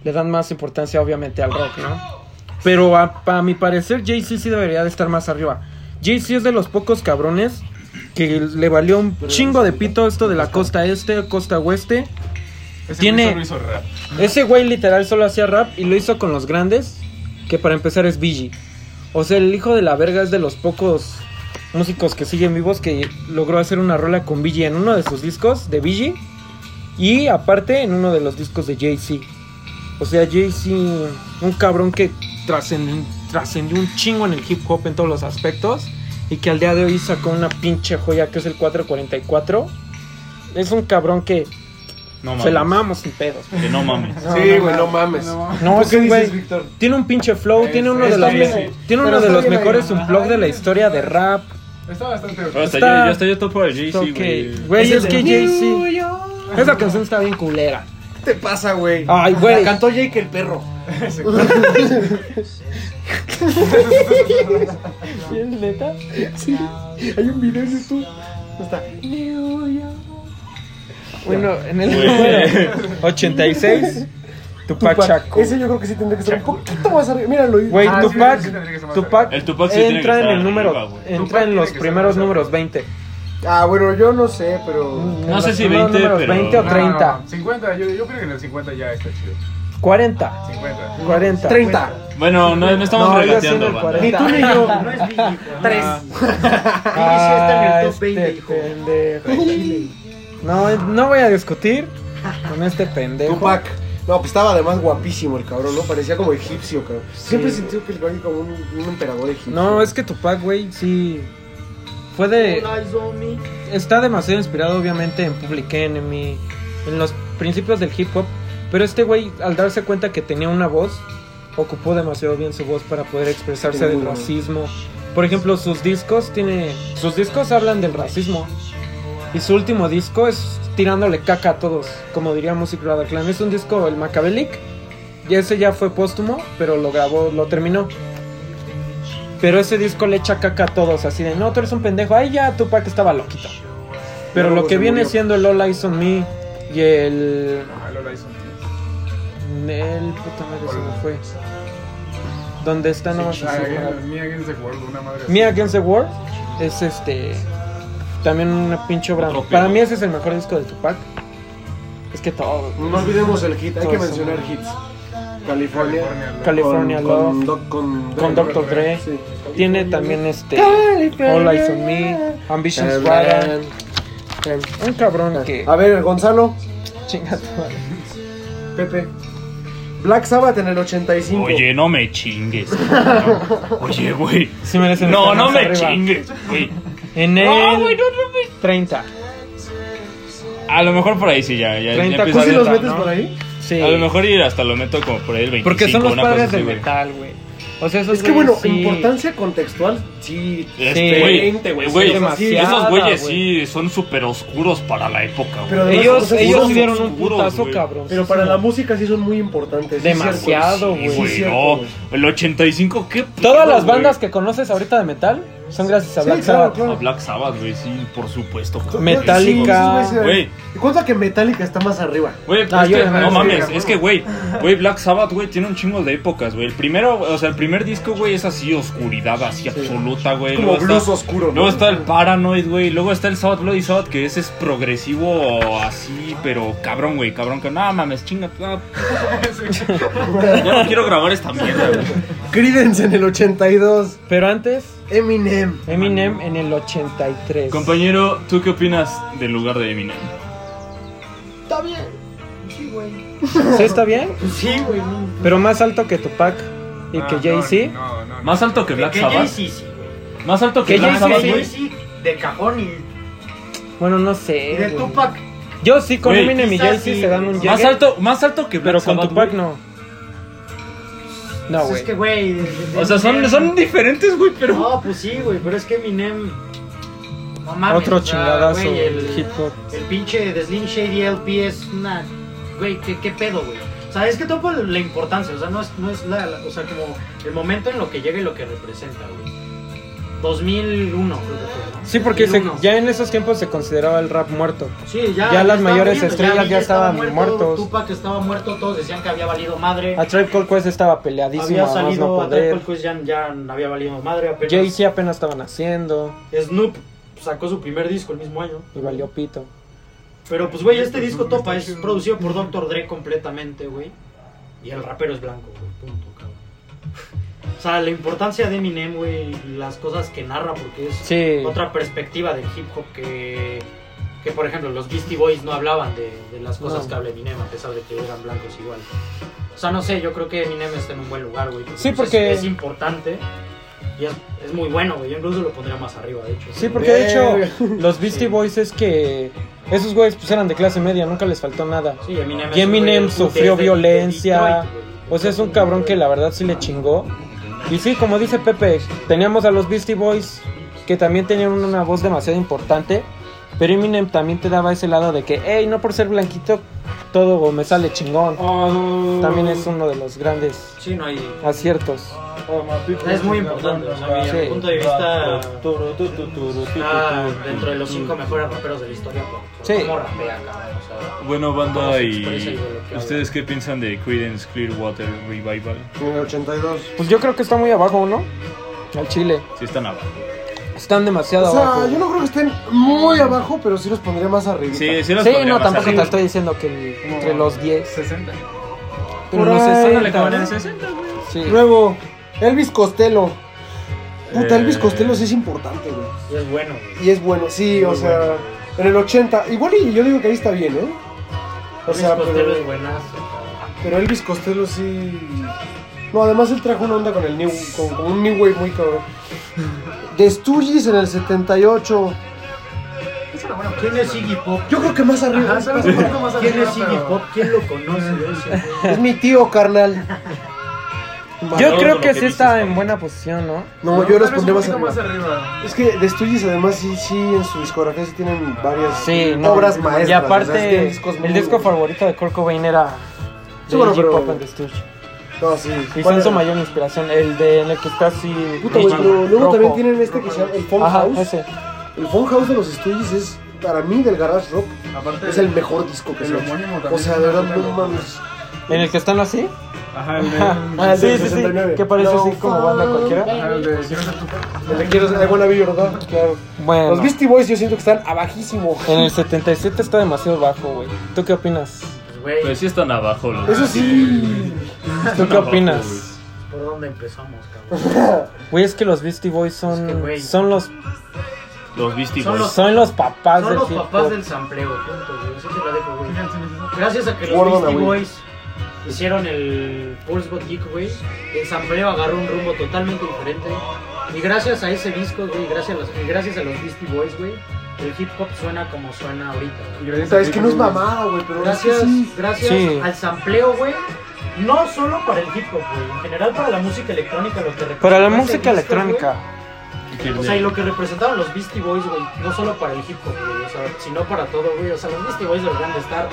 A: Le dan más importancia, obviamente, al rock, ¿no? Pero a, a mi parecer, Jay-Z sí debería de estar más arriba. Jay-Z es de los pocos cabrones que le valió un chingo de pito esto de la costa este, costa oeste.
G: Ese
A: tiene-
G: güey solo hizo rap.
A: Ese güey literal solo hacía rap y lo hizo con los grandes, que para empezar es Biggie. O sea, el hijo de la verga es de los pocos músicos que siguen vivos que logró hacer una rola con Billie en uno de sus discos de Billie y aparte en uno de los discos de Jay-Z. O sea, Jay-Z, un cabrón que trascend- trascendió un chingo en el hip hop en todos los aspectos y que al día de hoy sacó una pinche joya que es el 444. Es un cabrón que
B: No
A: se la
B: mames.
A: amamos sin pedos.
B: Que no mames.
H: Sí, güey, no mames.
A: No,
H: ¿Tú
A: es
H: qué
A: un
H: dices,
A: güey-
H: Víctor?
A: Tiene un pinche flow, tiene uno de
B: Eh, está
A: los,
B: bien,
A: me-
B: sí.
A: tiene
C: Pero
A: uno de
C: está
A: los
C: bien,
A: mejores
C: güey.
A: unplug de la historia de rap.
G: Está bastante
B: Pero hasta
A: Está-
B: yo, yo estoy yo topo de Jay-Z,
A: Ok,
B: güey.
A: Güey,
I: Ese
A: es
I: de-
A: que Jay-Z. Esa canción está bien culera.
H: ¿Qué te pasa, güey?
A: Ay, güey.
H: Cantó Jake el perro.
A: neta?
H: Hay un video en YouTube. Está.
A: Bueno, en el
B: Güey.
A: número 86, Tupac Shakur.
C: Ese yo creo que sí tendría que estar un poquito más arriba. Míralo. y-
A: Güey,
G: Ah, sí,
A: Tupac,
G: sí, sí, tendría que ser más
A: Tupac,
B: El Tupac sí tiene que
A: entra en
B: estar
A: el
B: arriba,
A: número,
B: güey.
A: entra
G: Tupac
A: en
G: tiene
A: los
G: que
A: primeros
G: estar arriba.
A: números 20.
H: Ah, bueno, yo no sé, pero.
A: En
B: sé
A: los
B: si
A: primeros
B: 20,
A: números,
B: pero-
A: 20 o
G: No, no, no,
A: 30.
G: 50, yo, yo creo que en el 50 ya está chido.
A: 40,
G: 50.
A: 40.
H: 30.
B: Bueno, no, no estamos
A: No, yo sí en
B: regateando,
A: el
B: banda.
A: 40.
D: Ni tú ni yo. No es Billy. Tres.
B: Ah,
D: Billy sí está en el top 20, hijo.
A: Ah, este No, eh, no voy a discutir con este pendejo.
H: Tupac. No, pues estaba además guapísimo el cabrón, ¿no? Parecía como egipcio, cabrón. Siempre he sentido que el güey como un, un emperador egipcio.
A: No, es que Tupac, güey, sí. Fue de. Está demasiado inspirado, obviamente, en Public Enemy, en los principios del hip hop. Pero este güey, al darse cuenta que tenía una voz, ocupó demasiado bien su voz para poder expresarse
H: Sí,
A: del
H: muy bueno.
A: racismo. Por ejemplo, sus discos tiene. Sus discos hablan del racismo. Y su último disco es tirándole caca a todos, como diría Music Radar Clan. Es un disco, el Macabelic. Y ese ya fue póstumo, pero lo grabó, lo terminó. Pero ese disco le echa caca a todos, así de, no, tú eres un pendejo. Ahí ya Tupac estaba loquito. Pero
H: Luego
A: lo que
H: se
A: viene
H: murió.
A: siendo el All Eyes on Me y el...
G: Ah, Lola hizo un tío.
A: El puta madre se me fue. Donde está no
G: Ah, Against- Me Against the World, una madre así.
A: Me Against the World es este... También una pinche obra.
B: Otro
A: Para
B: pedo.
A: mí ese es el mejor disco de Tupac. Es que todo...
H: No olvidemos el hit, hay que mencionar hits. California.
G: California, ¿no?
A: California
H: con,
A: Love.
H: Con, Doc- con,
A: Con Dr. Dre.
H: Sí.
A: Tiene también este... All Eyes on Me. Ambitions Water. Un cabrón que...
H: A ver, Gonzalo,
A: Chinga tu madre.
H: Pepe. Black Sabbath en el 85.
B: Oye, no me chingues. cabrón. Oye, güey.
A: Sí merecen
B: No,
A: estar
B: no
A: más
B: me
A: arriba.
B: chingues, güey.
A: En
H: Ah,
A: el
B: No, güey,
A: 30.
B: A lo mejor por ahí sí ya, ya, ya
A: 30,
B: empieza
H: ¿Tú
B: a
A: pues,
H: sí
B: ver.
H: los
A: ¿no?
H: metes por ahí?
A: Sí.
B: A lo mejor ir hasta lo meto como por ahí el 25.
A: Porque son los
B: una
A: padres
B: cosa
A: del
B: así, güey.
A: metal, güey. O sea, esos
H: Es que bueno,
A: güeyes sí.
H: importancia contextual, sí.
A: Sí.
B: Este, güey,
H: Veinte, güey,
B: güey,
H: sí, demasiada,
B: esos güeyes
A: güey.
B: sí son súper oscuros para la época,
H: Pero
B: güey.
H: además,
A: Ellos,
H: o sea,
A: ellos
H: son
A: dieron un
B: oscuros,
A: putazo,
B: güey.
A: cabrón.
H: Pero para la música sí son muy importantes. sí es cierto.
A: Demasiado,
B: Sí,
A: güey.
B: güey,
H: cierto,
B: no.
H: güey.
B: El 85, ¿qué?
A: Todas
B: pedo,
A: las
B: güey?
A: bandas que conoces ahorita de metal son gracias a
H: Sí,
A: Black
H: claro,
A: Sabbath.
H: claro.
B: A Black Sabbath, güey, sí, por supuesto. cabrón.
A: Metallica.
H: Sí, sí, sí,
B: Güey.
H: ¿Y cuánto que Metallica está más arriba?
B: Güey,
A: Ah,
B: es
A: yo
B: que-
A: ya me
B: no
A: la
B: mames,
G: sé,
B: es que güey, güey, Black Sabbath, güey, tiene un chingo de épocas, güey. El primero, o sea, el primer disco, güey, es así oscuridad, así absoluta, güey.
H: Como
B: Luego está-
H: blues oscuro, ¿no?
B: Luego está el Paranoid, güey. Luego está el Sabbath Bloody Sabbath, que ese es progresivo así, pero cabrón, güey, cabrón, que no mames, chinga. no. ya no quiero grabar esta mierda, güey.
H: Creedence en el 82.
A: Pero antes,
H: Eminem.
A: Eminem en el 83.
B: Compañero, ¿tú qué opinas del lugar de Eminem?
H: Está bien. Sí, güey.
A: ¿Sí está bien?
D: Sí, güey. no.
A: Pero más alto que Tupac y
G: Ah,
A: que
G: no,
A: Jay-Z.
G: No, no, no.
B: Más alto que Black
D: Que Jay
B: Sabbath.
D: sí, sí, güey.
B: Más alto que
A: Que
B: Black
A: Jay-Z,
B: Sabbath,
D: Jay
B: güey.
D: sí, de cajón y,
A: Bueno, no
D: y
A: sé.
D: de
A: güey.
D: Tupac.
A: Yo sí con
B: Güey,
A: Eminem y
D: quizás
A: Jay-Z
D: sí,
A: se dan
D: güey.
A: un
D: Más
B: Más
A: llegue.
B: alto, más alto que Black
A: Pero con
B: Sabbath,
A: Tupac
B: güey.
A: no. No,
D: pues
A: güey.
D: es que, güey. de- de
B: O sea, son,
D: Eminem.
B: son diferentes, güey, pero.
D: No, pues sí, güey. Pero es que Eminem. No mames.
A: Otro
D: o sea,
A: chingadazo
D: güey,
A: el hip hop.
D: El pinche de Slim Shady LP es una. Güey, ¿qué, qué pedo, güey? O sea, es que topo la importancia, o sea, no es, no es la, la- O sea, como el momento en lo que llega y lo que representa, güey. 2001, creo que fue. ¿no?
A: Sí, porque se-
D: 2001.
A: ya en esos tiempos se consideraba el rap muerto.
D: Sí,
A: ya
D: ya,
A: las
D: estaban
A: mayores
D: muriendo,
A: estrellas
D: Biggie
A: ya
D: estaba
A: estaban
D: muerto,
A: muertos.
D: Tupac estaba muerto, todos decían que había valido madre.
A: A Tribe Called Quest estaba peleadísimo,
D: Había
A: a más
D: salido
A: no
D: a Tribe Called
A: poder.
D: Quest, ya, ya había valido madre. apenas
A: Jay-Z apenas estaban haciendo
D: Snoop sacó su primer disco el mismo año.
A: y valió pito.
D: Pero pues, güey, este disco topa es producido por Dr. Dre completamente, güey. Y el rapero es blanco, güey. Punto, cabrón. O sea, la importancia de Eminem, güey, y las cosas que narra, porque es
A: Sí.
D: otra perspectiva del hip hop que, que, por ejemplo, los Beastie Boys no hablaban de, de las cosas
A: No.
D: que habla Eminem, a pesar de que eran blancos igual. O sea, no sé, yo creo que Eminem está en un buen lugar, güey.
A: Sí,
D: pues,
A: porque-
D: Es, es importante y es, es muy bueno, güey. Yo incluso lo pondría más arriba, de hecho.
A: Sí, porque de hecho, los Beastie Boys es que esos güeyes pues eran de clase media, nunca les faltó nada.
D: Sí, Eminem, es
A: Y
D: un güey
A: Eminem
D: del UT,
A: sufrió
D: es de- de
A: violencia.
D: Detroit,
A: O
D: güey.
A: sea, es un cabrón que la verdad sí le chingó. Y sí, como dice Pepe, teníamos a los Beastie Boys que también tenían una voz demasiado importante. Pero Eminem también te daba ese lado de que, hey, no por ser blanquito, todo me sale chingón.
G: Oh,
A: También es uno de los grandes
D: Sí, no hay...
A: aciertos.
G: oh, my people.
D: Es muy importante, o sea, mi-
A: Sí.
D: mi punto de vista
B: Turu, Ah, tu, tu, turu, tu, tu,
D: está
B: tu.
D: dentro de los cinco mejores raperos de la historia. Por, por
A: Sí.
D: cómo rapea, cabrón, o sea,
B: Bueno,
D: cómo
B: banda,
D: se
B: ¿y
D: expresa y de lo que habla.
B: ustedes qué piensan de Creedence Clearwater Revival?
C: En el 82.
A: Pues yo creo que está muy abajo, ¿no? Al Chile.
B: Si están abajo.
A: Están demasiado
C: O sea,
A: abajo.
C: yo no creo que estén muy abajo, pero sí los pondría más arriba.
B: Sí, sí, los
A: Sí,
B: pondría
A: no,
B: más
A: tampoco te
B: arriba.
A: estoy diciendo que entre los 10.
G: 60.
A: Pero
C: Por
A: los
C: ahí,
A: 60.
B: Como en el
A: ¿no?
B: 60, güey.
A: Sí.
C: Luego, Elvis Costello. Puta,
B: Eh.
C: Elvis Costello sí es importante, güey.
D: Y es bueno, güey.
C: Y es bueno, sí, o sea, en el 80. Igual y yo digo que ahí está bien, ¿eh? O sea,
D: Luis Costello es
C: pero,
D: buenazo, cabrón.
C: pero Elvis Costello sí. No, además él trajo una onda con el New, con, con un New Wave muy cabrón. De Stooges en el 78.
D: ¿Quién es Iggy Pop?
C: Yo creo que más arriba.
G: Ajá, solo un poco más
D: ¿Quién
G: arriba,
D: es Iggy
G: pero-
D: Pop? ¿Quién lo conoce? güey? Ese güey.
C: Es mi tío, carnal.
A: Yo
B: Valor
A: creo
B: lo
A: que sí
B: dices,
A: está
B: cabrón.
A: en buena posición, ¿no?
C: No, yo los
G: tal vez
C: pondría
G: un
C: más
G: poquito
C: arriba.
G: más arriba.
C: Es que The Stooges además sí, sí, en su discografía sí tienen varias
A: Sí, no.
C: obras maestras.
A: Y aparte,
C: o sea, tienen discos muy-
A: el disco favorito de Kurt Cobain era.
C: Sí, bueno,
A: Iggy
C: pero-
A: Pop and the Stooges.
C: No, sí.
A: Y
C: ¿Cuál
A: son su
C: era?
A: mayor inspiración, el de en el que está así.
C: Puta, güey,
A: rojo.
C: pero luego también tienen este que se llama el Funk
A: Ajá,
C: House.
A: ese.
C: El Funk House de los Stooges es, para mí, del garage rock,
G: Aparte,
C: es el mejor disco que
G: el
C: se ha
G: homónimo
C: hecho.
G: también
C: O sea,
G: es
C: de
G: un
C: verdad, no
G: gran álbum.
C: mames.
A: En el que están así.
G: Ajá, el de.
A: Ah, sí,
C: del
A: sí, sí.
C: 69.
A: Que parece así
C: No,
A: como banda
C: no,
A: cualquiera.
G: Ajá, el de. Quiero ser tu fan.
C: El de Quiero ser- I Wanna Be Your Dog, claro.
A: Bueno.
C: Los Beastie Boys yo siento que están abajísimo.
A: En el 77 está demasiado bajo, güey. ¿Tú qué opinas?
D: Pues, güey,
B: Pero sí están abajo los
C: Eso sí.
A: ¿Tú qué opinas?
D: ¿por dónde empezamos, cabrón?
A: Güey, es que los Beastie Boys son,
D: Es que, güey.
A: son los
B: Los Beastie
D: Son
B: Boys.
D: los-
A: son los papás
D: Son
A: del
D: los
A: hip
D: papás
A: hop.
D: del sampleo, punto, güey. Así te la dejo, güey. Gracias a que los
C: Guárdala,
D: Beastie
C: güey.
D: Boys hicieron el Pulse Got Geek, güey, el sampleo agarró un rumbo totalmente diferente. Y gracias a ese disco, güey, gracias a los, y gracias a los Beastie Boys, güey, el hip hop suena como suena ahorita. güey.
C: O sea, es que no es mamada, güey, pero es que
D: Gracias,
C: sí.
D: gracias
A: Sí.
D: al sampleo, güey. No solo para el hip hop, güey, en general para la música electrónica, lo que
A: Para la
D: representa ese
A: música
D: disco, güey,
A: electrónica.
D: o sea, y lo que representaron los Beastie Boys, güey, no solo para el hip hop, güey, o sea, sino para todo, güey. O sea, los Beastie Boys deberían de estar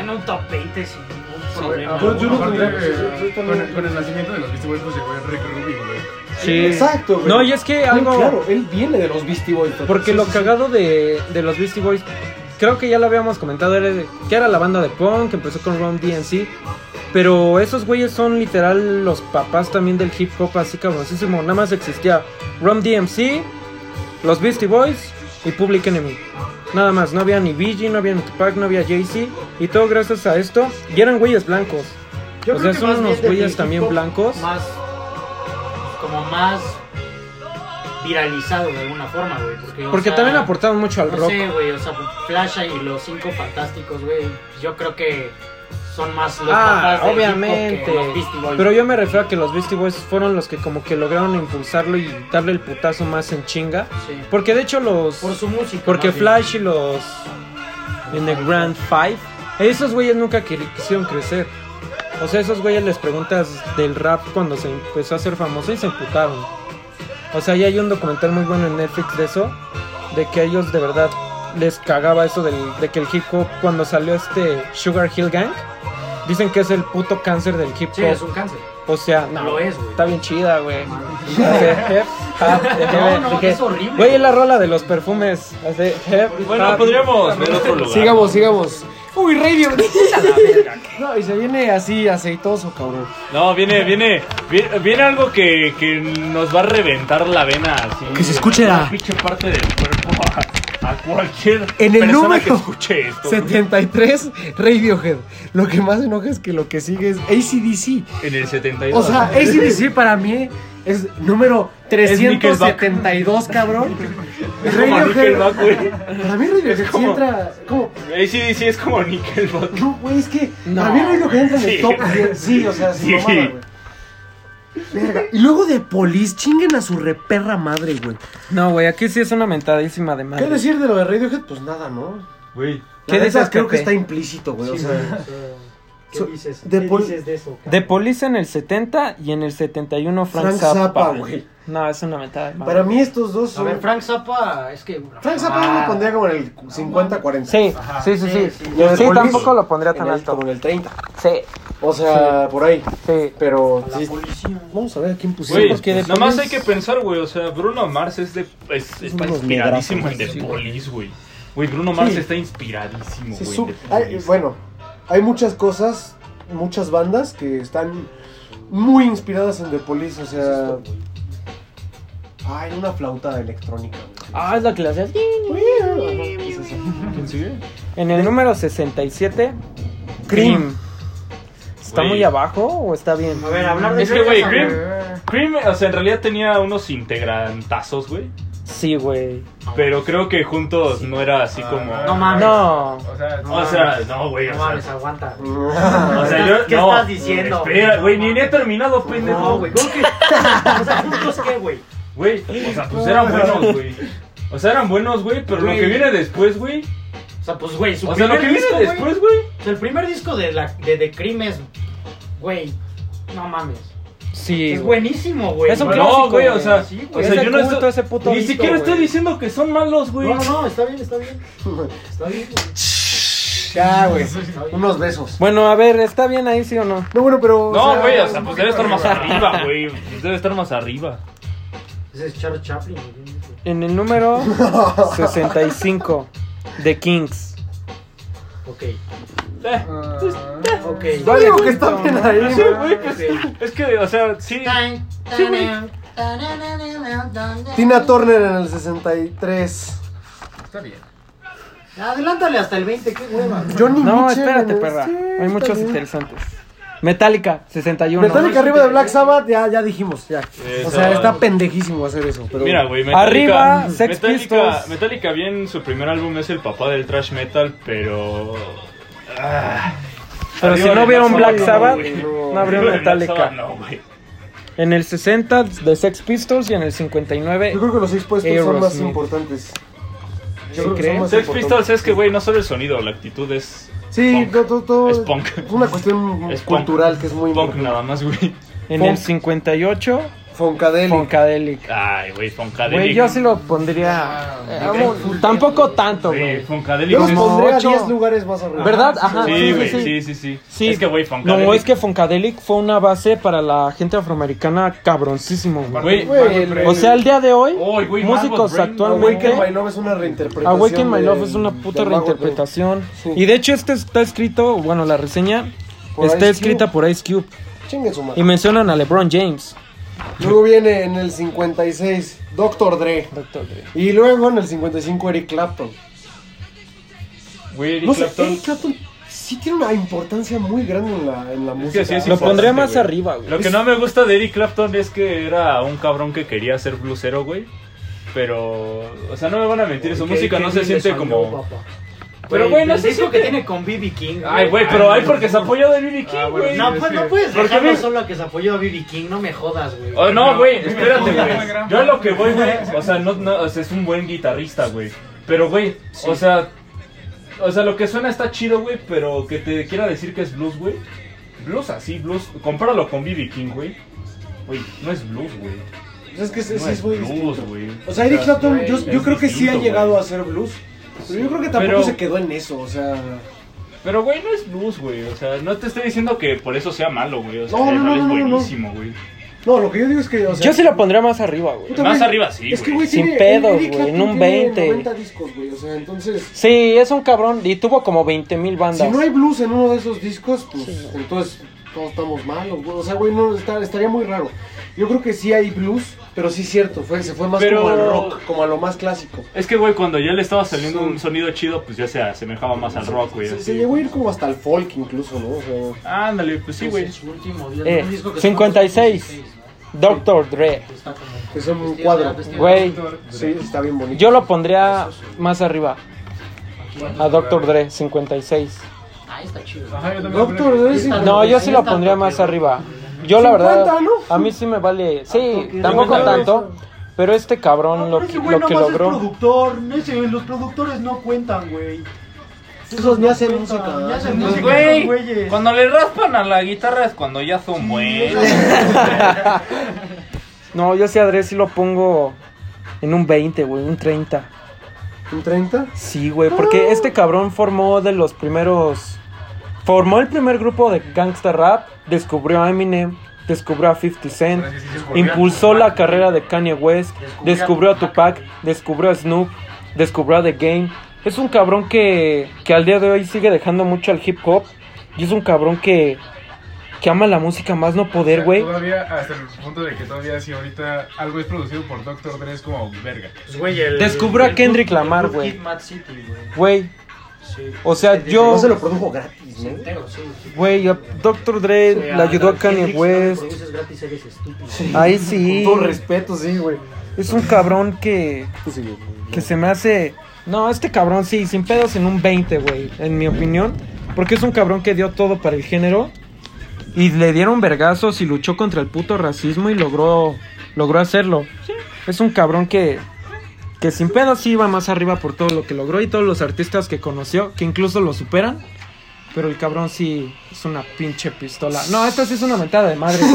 D: en un top 20 sin ningún problema.
G: Aparte,
C: yo no
G: aparte,
C: tendría que-
G: eh,
C: yo- yo también-
G: con, el- con el nacimiento de los Beastie Boys, pues llegó Rick Rubin, güey.
A: Sí.
C: Exacto, güey.
A: No, y es que
C: Güey,
A: algo.
C: Claro, él viene de los Beastie Boys. pero-
A: Porque
C: sí,
A: lo
C: sí, sí.
A: cagado de, de los Beastie Boys, creo que ya lo habíamos comentado, era de- que era la banda de punk, que empezó con Ron DNC. Pero esos güeyes son literal los papás también del hip hop, así cabroncísimo. Nada más existía Rom DMC, los Beastie Boys y Public Enemy. Nada más, no había ni BG, no había ni Tupac, no había Jay-Z. Y todo gracias a esto. Y eran güeyes blancos.
D: Yo
A: o
D: creo
A: sea,
D: que
A: son
D: más
A: unos
D: bien del
A: güeyes
D: hip
A: también
D: hop
A: blancos.
D: Más. Como más. Viralizado de alguna forma, güey. Porque, o
A: Porque
D: sea,
A: también aportaron mucho al
D: no
A: rock.
D: sé, güey, o sea, Flasha y los cinco fantásticos, güey. Yo creo que son más los
A: Ah,
D: papás del hip
A: obviamente.
D: hop que los Beastie Boys.
A: Pero yo me refiero a que los Beastie Boys fueron los que como que lograron impulsarlo y darle el putazo más en chinga.
D: Sí.
A: Porque de hecho los...
D: Por su música.
A: porque
D: más bien.
A: Flash y los... En el Grand Five. Esos güeyes nunca queri- quisieron crecer. O sea, esos güeyes les preguntas del rap cuando se empezó a hacer famoso y se emputaron. O sea, ya hay un documental muy bueno en Netflix de eso. De que a ellos de verdad les cagaba eso del, de que el hip hop cuando salió este Sugar Hill Gang. Dicen que es el puto cáncer del hip hop.
D: Sí, es un cáncer.
A: O sea, no.
D: Lo es, güey.
A: Está bien chida, güey. Hace hep, hap,
D: No,
A: dejé-
D: no,
A: dejé-
D: es horrible.
A: Güey, es la rola de los perfumes. Hace hep,
B: Bueno,
C: Ah,
A: hap.
B: podríamos ver otro lugar.
C: Sigamos, sigamos. Uy, Radio. no, y se viene así aceitoso, cabrón.
B: No, viene, viene, viene, viene algo que, que nos va a reventar la vena así.
J: Que se escuche
B: Una
J: la-
B: pinche parte del cuerpo. a cualquier
C: En el
B: persona
C: número
B: que escuche esto. güey.
C: 73, Radiohead. Lo que más enoja es que lo que sigue es ACDC.
B: En el 72.
C: O sea, ACDC para mí es número
B: Es Nickelback.
C: 372, cabrón.
B: Es como Nickelback, güey.
C: Para mí Radiohead sí
B: como-
C: entra... ¿cómo?
B: ACDC es como Nickelback.
C: No, güey, es que para mí Radiohead entra en el
B: Sí.
C: top 10. Sí, o sea, sin
B: Sí.
C: mamada, güey. Verga. Y luego de Police, chinguen a su reperra madre, güey.
A: No, güey, aquí sí es una mentadísima de madre.
C: ¿Qué decir de lo de Radiohead? Pues nada, ¿no?
B: Güey.
A: ¿Qué
C: La neta,
A: dices,
C: creo que
A: Pepe?
C: está implícito, güey. o sea,
D: ¿Qué
C: So-
D: dices?
C: de
D: ¿Qué
C: pol-
D: dices de eso?
A: De Police en el 70 y en el 71 Frank,
C: Frank
A: Zappa.
C: Zappa, güey.
A: No, es una mentada de madre.
C: para mí estos dos
D: A
C: son...
D: ver, Frank Ah, Zappa, es que.
C: Frank Zappa yo lo pondría como en el 50-40.
A: Sí, sí, sí, sí. Sí,
C: Y el Police,
A: tampoco lo pondría
C: en
A: tan
C: el-
A: alto.
C: Como en el 30.
A: Sí,
C: O sea, por ahí.
A: sí.
C: Pero.
D: La
C: sí,
D: policía.
C: vamos a ver a quién
B: Güey,
C: pusimos.
A: porque de
B: nomás
A: Police-
B: hay que pensar, güey. O sea, Bruno Mars es de. Es, está
C: unos
B: inspiradísimo en
C: negrazos,
B: The
C: sí,
B: Police, güey. Güey, Bruno Mars
C: Sí.
B: está inspiradísimo,
C: Sí,
B: güey.
C: su-
B: en The
C: hay-
B: Police.
C: bueno, hay muchas cosas, muchas bandas que están muy inspiradas en The Police. O sea. Ay, una flauta electrónica.
A: Ah, es la que le hacías.
C: güey. Es eso.
B: ¿Quién sigue?
A: En el número 67, Cream.
C: Cream.
A: ¿Está
B: Güey.
A: muy abajo o está bien?
D: A ver, hablar de.
B: Es que, güey,
D: Greta Thunberg.
B: Cream, Cream, o sea, en realidad tenía unos integrantazos, güey.
A: Sí, güey.
B: Pero creo que juntos no era así como.
G: Ah, No
D: mames.
A: Ah, No.
G: O sea,
B: O sea, no, güey.
D: No
B: O
D: Ah, mames,
B: sea,
D: aguanta.
B: o sea, yo.
D: ¿Qué
B: no,
D: estás diciendo?
B: Espera, güey, ni he terminado,
D: No,
B: pendejo.
D: güey. ¿Cómo que? O sea, ¿juntos qué, güey?
B: Güey, o sea, pues eran buenos, güey. O sea, eran buenos, güey, pero lo
D: Güey.
B: que viene después, güey.
D: O sea, pues, güey, su
B: O sea, lo
D: primer
B: que viene
D: disco, güey.
B: después, güey.
D: O sea, el primer disco de, la, de The Cream es. Güey, no mames.
A: Sí,
D: Es
A: güey.
D: buenísimo, güey.
A: Es un
D: No,
A: clásico,
B: No, güey, o sea,
D: Sí,
B: o
D: güey.
B: sea
A: Es de
B: yo no
A: culto
B: estoy,
A: ese puto
B: ni
A: disco,
B: siquiera estoy
A: güey.
B: diciendo que son malos, güey.
D: No, no, no, está bien, está bien. Está bien, güey.
C: Ya, güey. Unos besos.
A: Bueno, a ver, ¿está bien ahí sí o no?
C: No, bueno, pero.
B: No, güey, o sea, pues debe estar más arriba, güey. Pues Debe estar más arriba.
D: Ese es Charles Chaplin, güey.
A: En el número 65, The Kings.
D: Ok,
B: Eh,
C: Ah,
D: ok.
C: Yo digo que está bien ahí.
B: sí, güey, pues, es que, o sea, sí.
D: Sí, güey.
C: Tina Turner en el 63.
G: está bien.
D: Adelántale hasta el 20, qué hueva.
C: Johnny
A: No,
C: Mitchell
A: espérate,
C: en el-
A: perra.
C: Sí,
A: Hay
C: está
A: muchos
C: bien.
A: interesantes. Metallica, 61.
C: Metallica arriba de Black Sabbath, ya, ya dijimos, ya. O sea,
B: Esa-
C: está pendejísimo hacer eso. Pero
B: Mira, güey,
A: Arriba, Sex
B: Metallica,
A: Pistols.
B: Metallica bien, su primer álbum es el papá del thrash metal, pero... ah,
A: Pero si
B: arriba
A: no
B: de
A: vieron Black Sabbath,
B: güey.
A: no habría
B: Arriba de Black
A: Metallica.
B: Sabbath, No, güey.
A: En el 60, The Sex Pistols. Y en el 59,
C: Yo creo que los Sex Pistols son más
A: Aerosmith.
C: importantes.
A: ¿Sí
C: creo que
A: crees?
C: son más
B: Sex
C: importantes.
B: Pistols es que, güey, no solo el sonido, la actitud es...
C: Sí,
B: punk.
C: todo, todo, todo
B: Es punk.
C: es una cuestión
B: Es punk.
C: cultural que es muy
B: Punk
C: importante.
B: nada más, güey.
A: en
C: Funk.
A: el 58,
C: Foncadelic.
A: Funkadelic.
B: Ay, güey, Funkadelic.
A: Güey, yo sí lo pondría. eh, vamos, tampoco tanto,
B: Güey,
A: güey.
B: Funkadelic
C: Yo los
B: es-
A: Como
C: pondría a
A: ocho.
C: 10 lugares más arriba.
A: ¿Verdad? Ajá.
B: Sí, güey, sí, sí, sí,
A: Sí.
B: Es que, güey, Funkadelic...
A: No, es que Funkadelic fue una base para la gente afroamericana cabroncísimo, güey.
B: Güey,
C: Güey, el-
A: O sea, al día de hoy,
B: Oy, güey, Margot
A: músicos
B: Brain,
A: actualmente.
C: Awaken My Love es una reinterpretación.
A: Awaken My
C: de-
A: Love es una puta
C: de Margot Robbie.
A: reinterpretación.
C: Sí.
A: Y de hecho, este está escrito, bueno, la reseña
C: Por
A: está
C: Ice
A: escrita
C: Cube.
A: por Ice Cube.
C: Chingue su
A: Y
C: madre.
A: mencionan a LeBron James.
C: Luego viene en el 56 Doctor Dre. Y luego en el 55 Eric Clapton.
B: Güey, Eric
C: No sé,
B: Clapton-
C: Eric Clapton sí tiene una importancia muy grande en la, en la música.
B: que sí es
A: Lo
B: importante,
A: pondría más
B: güey.
A: arriba, güey.
B: Lo que no me gusta de Eric Clapton es que era un cabrón que quería ser blusero, güey. Pero, o sea, no me van a mentir, su
D: Qué-
B: música
D: qué
B: no se
D: bien le
B: siente
D: salió,
B: como.
D: papá.
B: Pero, güey, no
D: el
B: se
D: disco
B: siente-
D: que tiene con BB King.
B: Ay, güey, pero
G: Ay,
B: hay porque se apoyó de BB
G: Ah,
B: King,
G: bueno,
B: güey.
G: sí.
D: No, pues no puedes
B: Porque
D: dejarlo
B: ve-
D: solo a que se apoyó a BB King, no me jodas, güey.
B: Oh, no, güey, espérate,
G: King
B: güey.
G: fue gran
B: Yo a lo que voy, güey, o sea, no, no, o sea, es un buen guitarrista, güey. Pero, güey, o sea, o sea, lo que suena está chido, güey, pero que te quiera decir que es blues, güey. Blues así, blues. Compáralo con BB King, güey. Güey, no es blues, güey.
C: Pues Es que sí, sí
B: No
C: es muy distinto.
B: blues, güey.
C: O sea, Eric Clapton,
D: güey,
C: yo, yo
B: es
C: creo que sí ha
B: distinto,
C: llegado
B: güey.
C: a ser blues. Pero yo creo que tampoco
B: Pero-
C: se quedó en eso, o sea...
B: Pero, güey, no es blues, güey. O sea, no te estoy diciendo que por eso sea malo, güey. O sea,
C: No, no,
B: el
C: no,
B: rol es
C: no, no, no.
B: buenísimo, güey.
C: No, lo que yo digo es que, o sea...
A: Yo sí lo pondría más arriba, güey.
C: Puta,
B: Más
C: güey,
B: arriba sí,
C: Es que,
B: güey.
C: güey,
A: Sin
C: tiene-
A: pedos,
C: Eric
A: güey, en
C: Clapton
A: un
C: tiene
A: 20.
C: 90 discos, güey, o sea, entonces...
A: Sí, es un cabrón y tuvo como 20 mil bandas.
C: Si no hay blues en uno de esos discos, pues entonces todos estamos malos, güey. O sea, güey, no, está- estaría muy raro. Yo creo que sí hay blues, pero sí es cierto, fue, se fue más
B: Pero-
C: como al rock, como a lo más clásico.
B: Es que, güey, cuando ya le estaba saliendo un sonido chido, pues ya se asemejaba más al rock, güey.
C: Se, se
B: así.
C: llegó a ir como hasta el folk incluso, ¿no? O sea,
B: Ándale, pues sí, güey.
D: Su último día,
A: Eh,
D: un disco que
A: 56. Dr. Dre.
D: está como-
C: es un cuadro.
A: Güey,
C: Sí, está bien bonito.
A: yo lo pondría más arriba. A Dr. Dre, 56.
D: Ah, está chido.
G: Ajá, yo también
C: Doctor,
G: creo que-
C: ¿eres
D: No,
A: No, yo sí lo
D: Tanto
A: pondría
D: que-
A: más arriba. Yo la verdad,
C: 50, ¿no?
A: a mí sí me vale. Sí,
D: que-
A: tampoco
G: Cincuenta
A: tanto. Pero este
D: Ah,
A: cabrón lo,
K: Ah, ese
A: que-
K: güey
A: lo que
K: nomás es
A: logró.
K: productor, ese, los productores no cuentan, güey.
C: Esos ni hacen
K: cuentan,
C: música,
K: ni
C: ¿no?
K: hacen
L: Pues,
K: música,
L: güey,
K: esos güeyes.
L: cuando le raspan a la guitarra es cuando ya son buenos.
A: No, yo sí a Dre sí lo pongo en un 20, güey, un 30.
C: ¿Un 30?
A: Sí, güey,
K: Ah.
A: porque este cabrón formó de los primeros. Formó el primer grupo de gangsta rap, descubrió a Eminem, descubrió a 50 Cent, impulsó la carrera de Kanye West, descubrió a Tupac, descubrió a Snoop, descubrió a The Game. Es un cabrón que, que al día de hoy sigue dejando mucho al hip hop y es un cabrón que, que ama la música más no
G: O
A: poder,
G: sea,
A: güey.
G: Todavía hasta el punto de que todavía si ahorita algo es producido por Doctor Dre es como verga.
D: Pues, güey, el-
A: Descubrió a
D: el
A: Kendrick
D: Good-
A: Lamar,
D: el Good
A: güey.
D: Kid, Mad City, güey.
A: Güey,
D: Sí.
A: o sea, yo...
C: No se lo produjo gratis,
D: Sí,
C: ¿no?
D: entero, sí.
A: Güey, a Dr. Dre le ayudó a Kanye
D: Kendrick, si no le
A: West.
D: produces gratis, eres estúpido.
A: Ahí sí.
C: Con todo respeto, sí, güey.
A: Es un cabrón que, que se me hace... No, este cabrón sí, sin pedos en un 20, güey, en mi opinión. Porque es un cabrón que dio todo para el género. Y le dieron vergazos y luchó contra el puto racismo y logró, logró hacerlo. Es un cabrón que, que sin pedos sí iba más arriba por todo lo que logró y todos los artistas que conoció, que incluso lo superan. Pero el cabrón sí es una pinche pistola. No, esta sí es una mentada de madre. güey.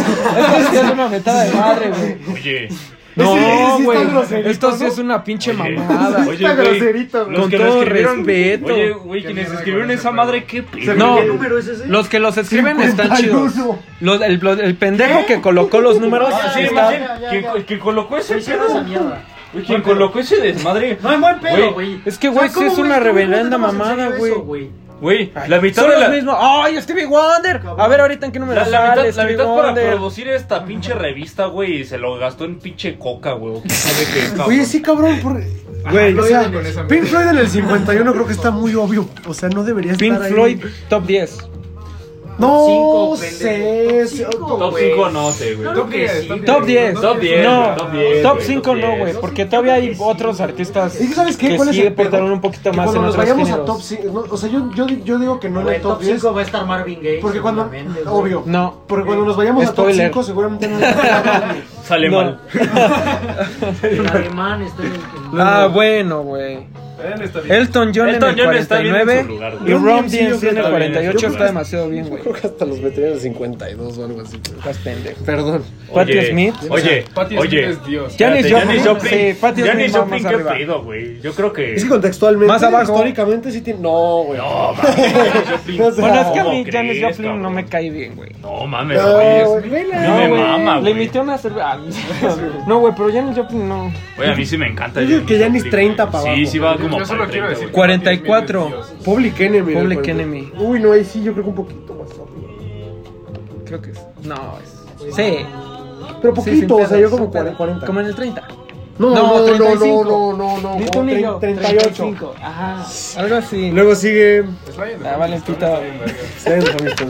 A: Esta sí es una mentada de madre, güey.
B: Oye,
A: No,
C: sí está
A: güey.
C: groserito,
A: Esto sí
C: ¿no?
A: es una pinche
B: Oye.
A: mamada.
B: Oye,
C: Está
B: güey,
C: groserito, güey.
B: los
A: Con
B: que lo
A: todo
B: escribieron-
A: respeto.
B: Oye, güey, quienes escribieron esa madre, qué pedo.
A: No.
K: ¿Qué número es ese?
A: Los que los escriben están chidos.
C: 51.
A: Los- el, el pendejo que colocó los números.
K: Ah,
B: Sí,
A: está-
B: más
K: ya,
B: bien,
K: ya,
B: quien
K: ya.
B: co- quien colocó ese
D: Pero hicieron esa
B: pedo.
D: mierda.
B: Güey, quien colocó ese desmadre.
D: No, es buen
B: Güey,
D: pedo, güey.
A: es que, güey,
D: O sea,
A: sí es
D: ¿cómo,
A: una
D: güey? ¿Cómo
A: reverenda
D: no tomas en
A: mamada,
D: serio eso,
A: güey?
B: Güey, la mitad
A: Son
B: de
A: los
B: la.
A: mismos. ¡Ay, Stevie Wonder! A ver, ahorita en qué número
B: La, la
A: sale
B: mitad, la
A: Stevie
B: mitad para
A: Wonder?
B: producir esta pinche revista, güey, y se lo gastó en pinche coca, güey. o quién sabe qué, cabrón.
C: Oye, sí, cabrón. por-
M: Güey, o sea,
G: con esa
M: Pink Floyd en el 51 creo que está muy obvio. O sea, no debería
A: Pink
M: estar ahí.
A: Floyd, top 10.
M: No
D: Cinco,
M: sé.
D: pendejo.
M: sí,
D: Cinco,
B: Top
D: güey.
B: 5 no sé, güey.
D: Claro que
G: diez,
D: sí,
G: top
D: güey.
A: Top 10.
B: Top 10.
A: No,
B: top 10.
A: top
B: güey,
A: 5 no, güey. Porque todavía hay otros artistas
C: Es que, ¿sabes qué?
A: que
C: ¿Cuál es
A: sí
C: el
A: aportaron
C: pedo?
A: un poquito
C: Que
A: más
C: cuando
A: en
C: nos
A: otros
C: vayamos a top
A: géneros.
C: 5, o sea, yo, yo, yo digo que no en
D: Güey,
C: el top 10.
D: 5 va a estar Marvin Gaye.
C: Porque cuando.
D: seguramente, güey.
C: Obvio.
A: No.
C: Porque cuando nos vayamos
A: Spoiler.
C: a top 5, seguramente no. Pero
B: Sale
A: No.
B: mal.
D: El alemán está en el-
A: Ah, bueno, güey.
G: Él está bien.
A: Elton John
B: Elton
A: en el
B: John está bien en su
A: 49
B: lugar, güey.
A: y Ron
C: Ron DMC
A: DMC en
B: está
A: el
B: bien en su
A: 48 está
B: lugar.
A: demasiado bien, güey.
C: creo que hasta los veteranos 52 o algo así.
A: Estás pendejo.
C: Perdón.
A: Patti
B: Oye,
A: Smith.
B: Oye,
G: Patty Smith
B: oye.
G: es Dios.
A: Janis
B: Espérate,
A: Joplin.
B: Janis Joplin.
A: Sí, Patti Smith
B: Janis
A: va
B: Joplin,
A: más
B: qué
A: arriba.
B: pedo, güey. Yo creo que.
C: Es que contextualmente.
A: Más abajo.
C: Históricamente sí tiene. No, güey.
B: No, mames, Janis Joplin.
C: No sé.
A: Bueno, es que a
B: ¿Cómo
A: mí Janis
B: crees,
A: Joplin no
B: cabrón?
A: me cae bien, güey.
B: No mames,
C: No,
B: güey. es-
C: güey, vela.
B: No, me
A: güey.
B: mama,
A: Le
B: güey.
A: invité una cerveza. Ah, No, güey, pero Janis Joplin no.
B: Güey, a mí sí me encanta.
M: Yo digo que ya ni
B: Joplin,
M: 30
B: güey.
M: para
B: Sí,
M: abajo.
B: sí va Ah, como
G: Yo solo
B: para
G: quiero
B: 30,
G: decir
B: güey.
G: que Patty
A: 44.
G: Smith es Dios.
C: Public Enemy.
A: Public
C: güey.
A: Enemy.
C: Uy, no, ahí sí, yo creo que un poquito más.
A: Creo que es. No, es. Sí.
C: Pero
A: sí, sin
C: poquito, o sea,
A: pedos,
C: yo
A: sin
C: como
A: pedos.
C: 40. 40.
A: Como en el 30.
C: No,
A: No,
C: no, no, no,
A: 35.
C: no, no, no,
A: Ni tú ni yo.
C: 38.
A: 35. Ajá. Algo así.
C: Luego sigue.
G: Slide and
A: Ah, vale,
G: Family
A: pita.
G: Stone está bien verga.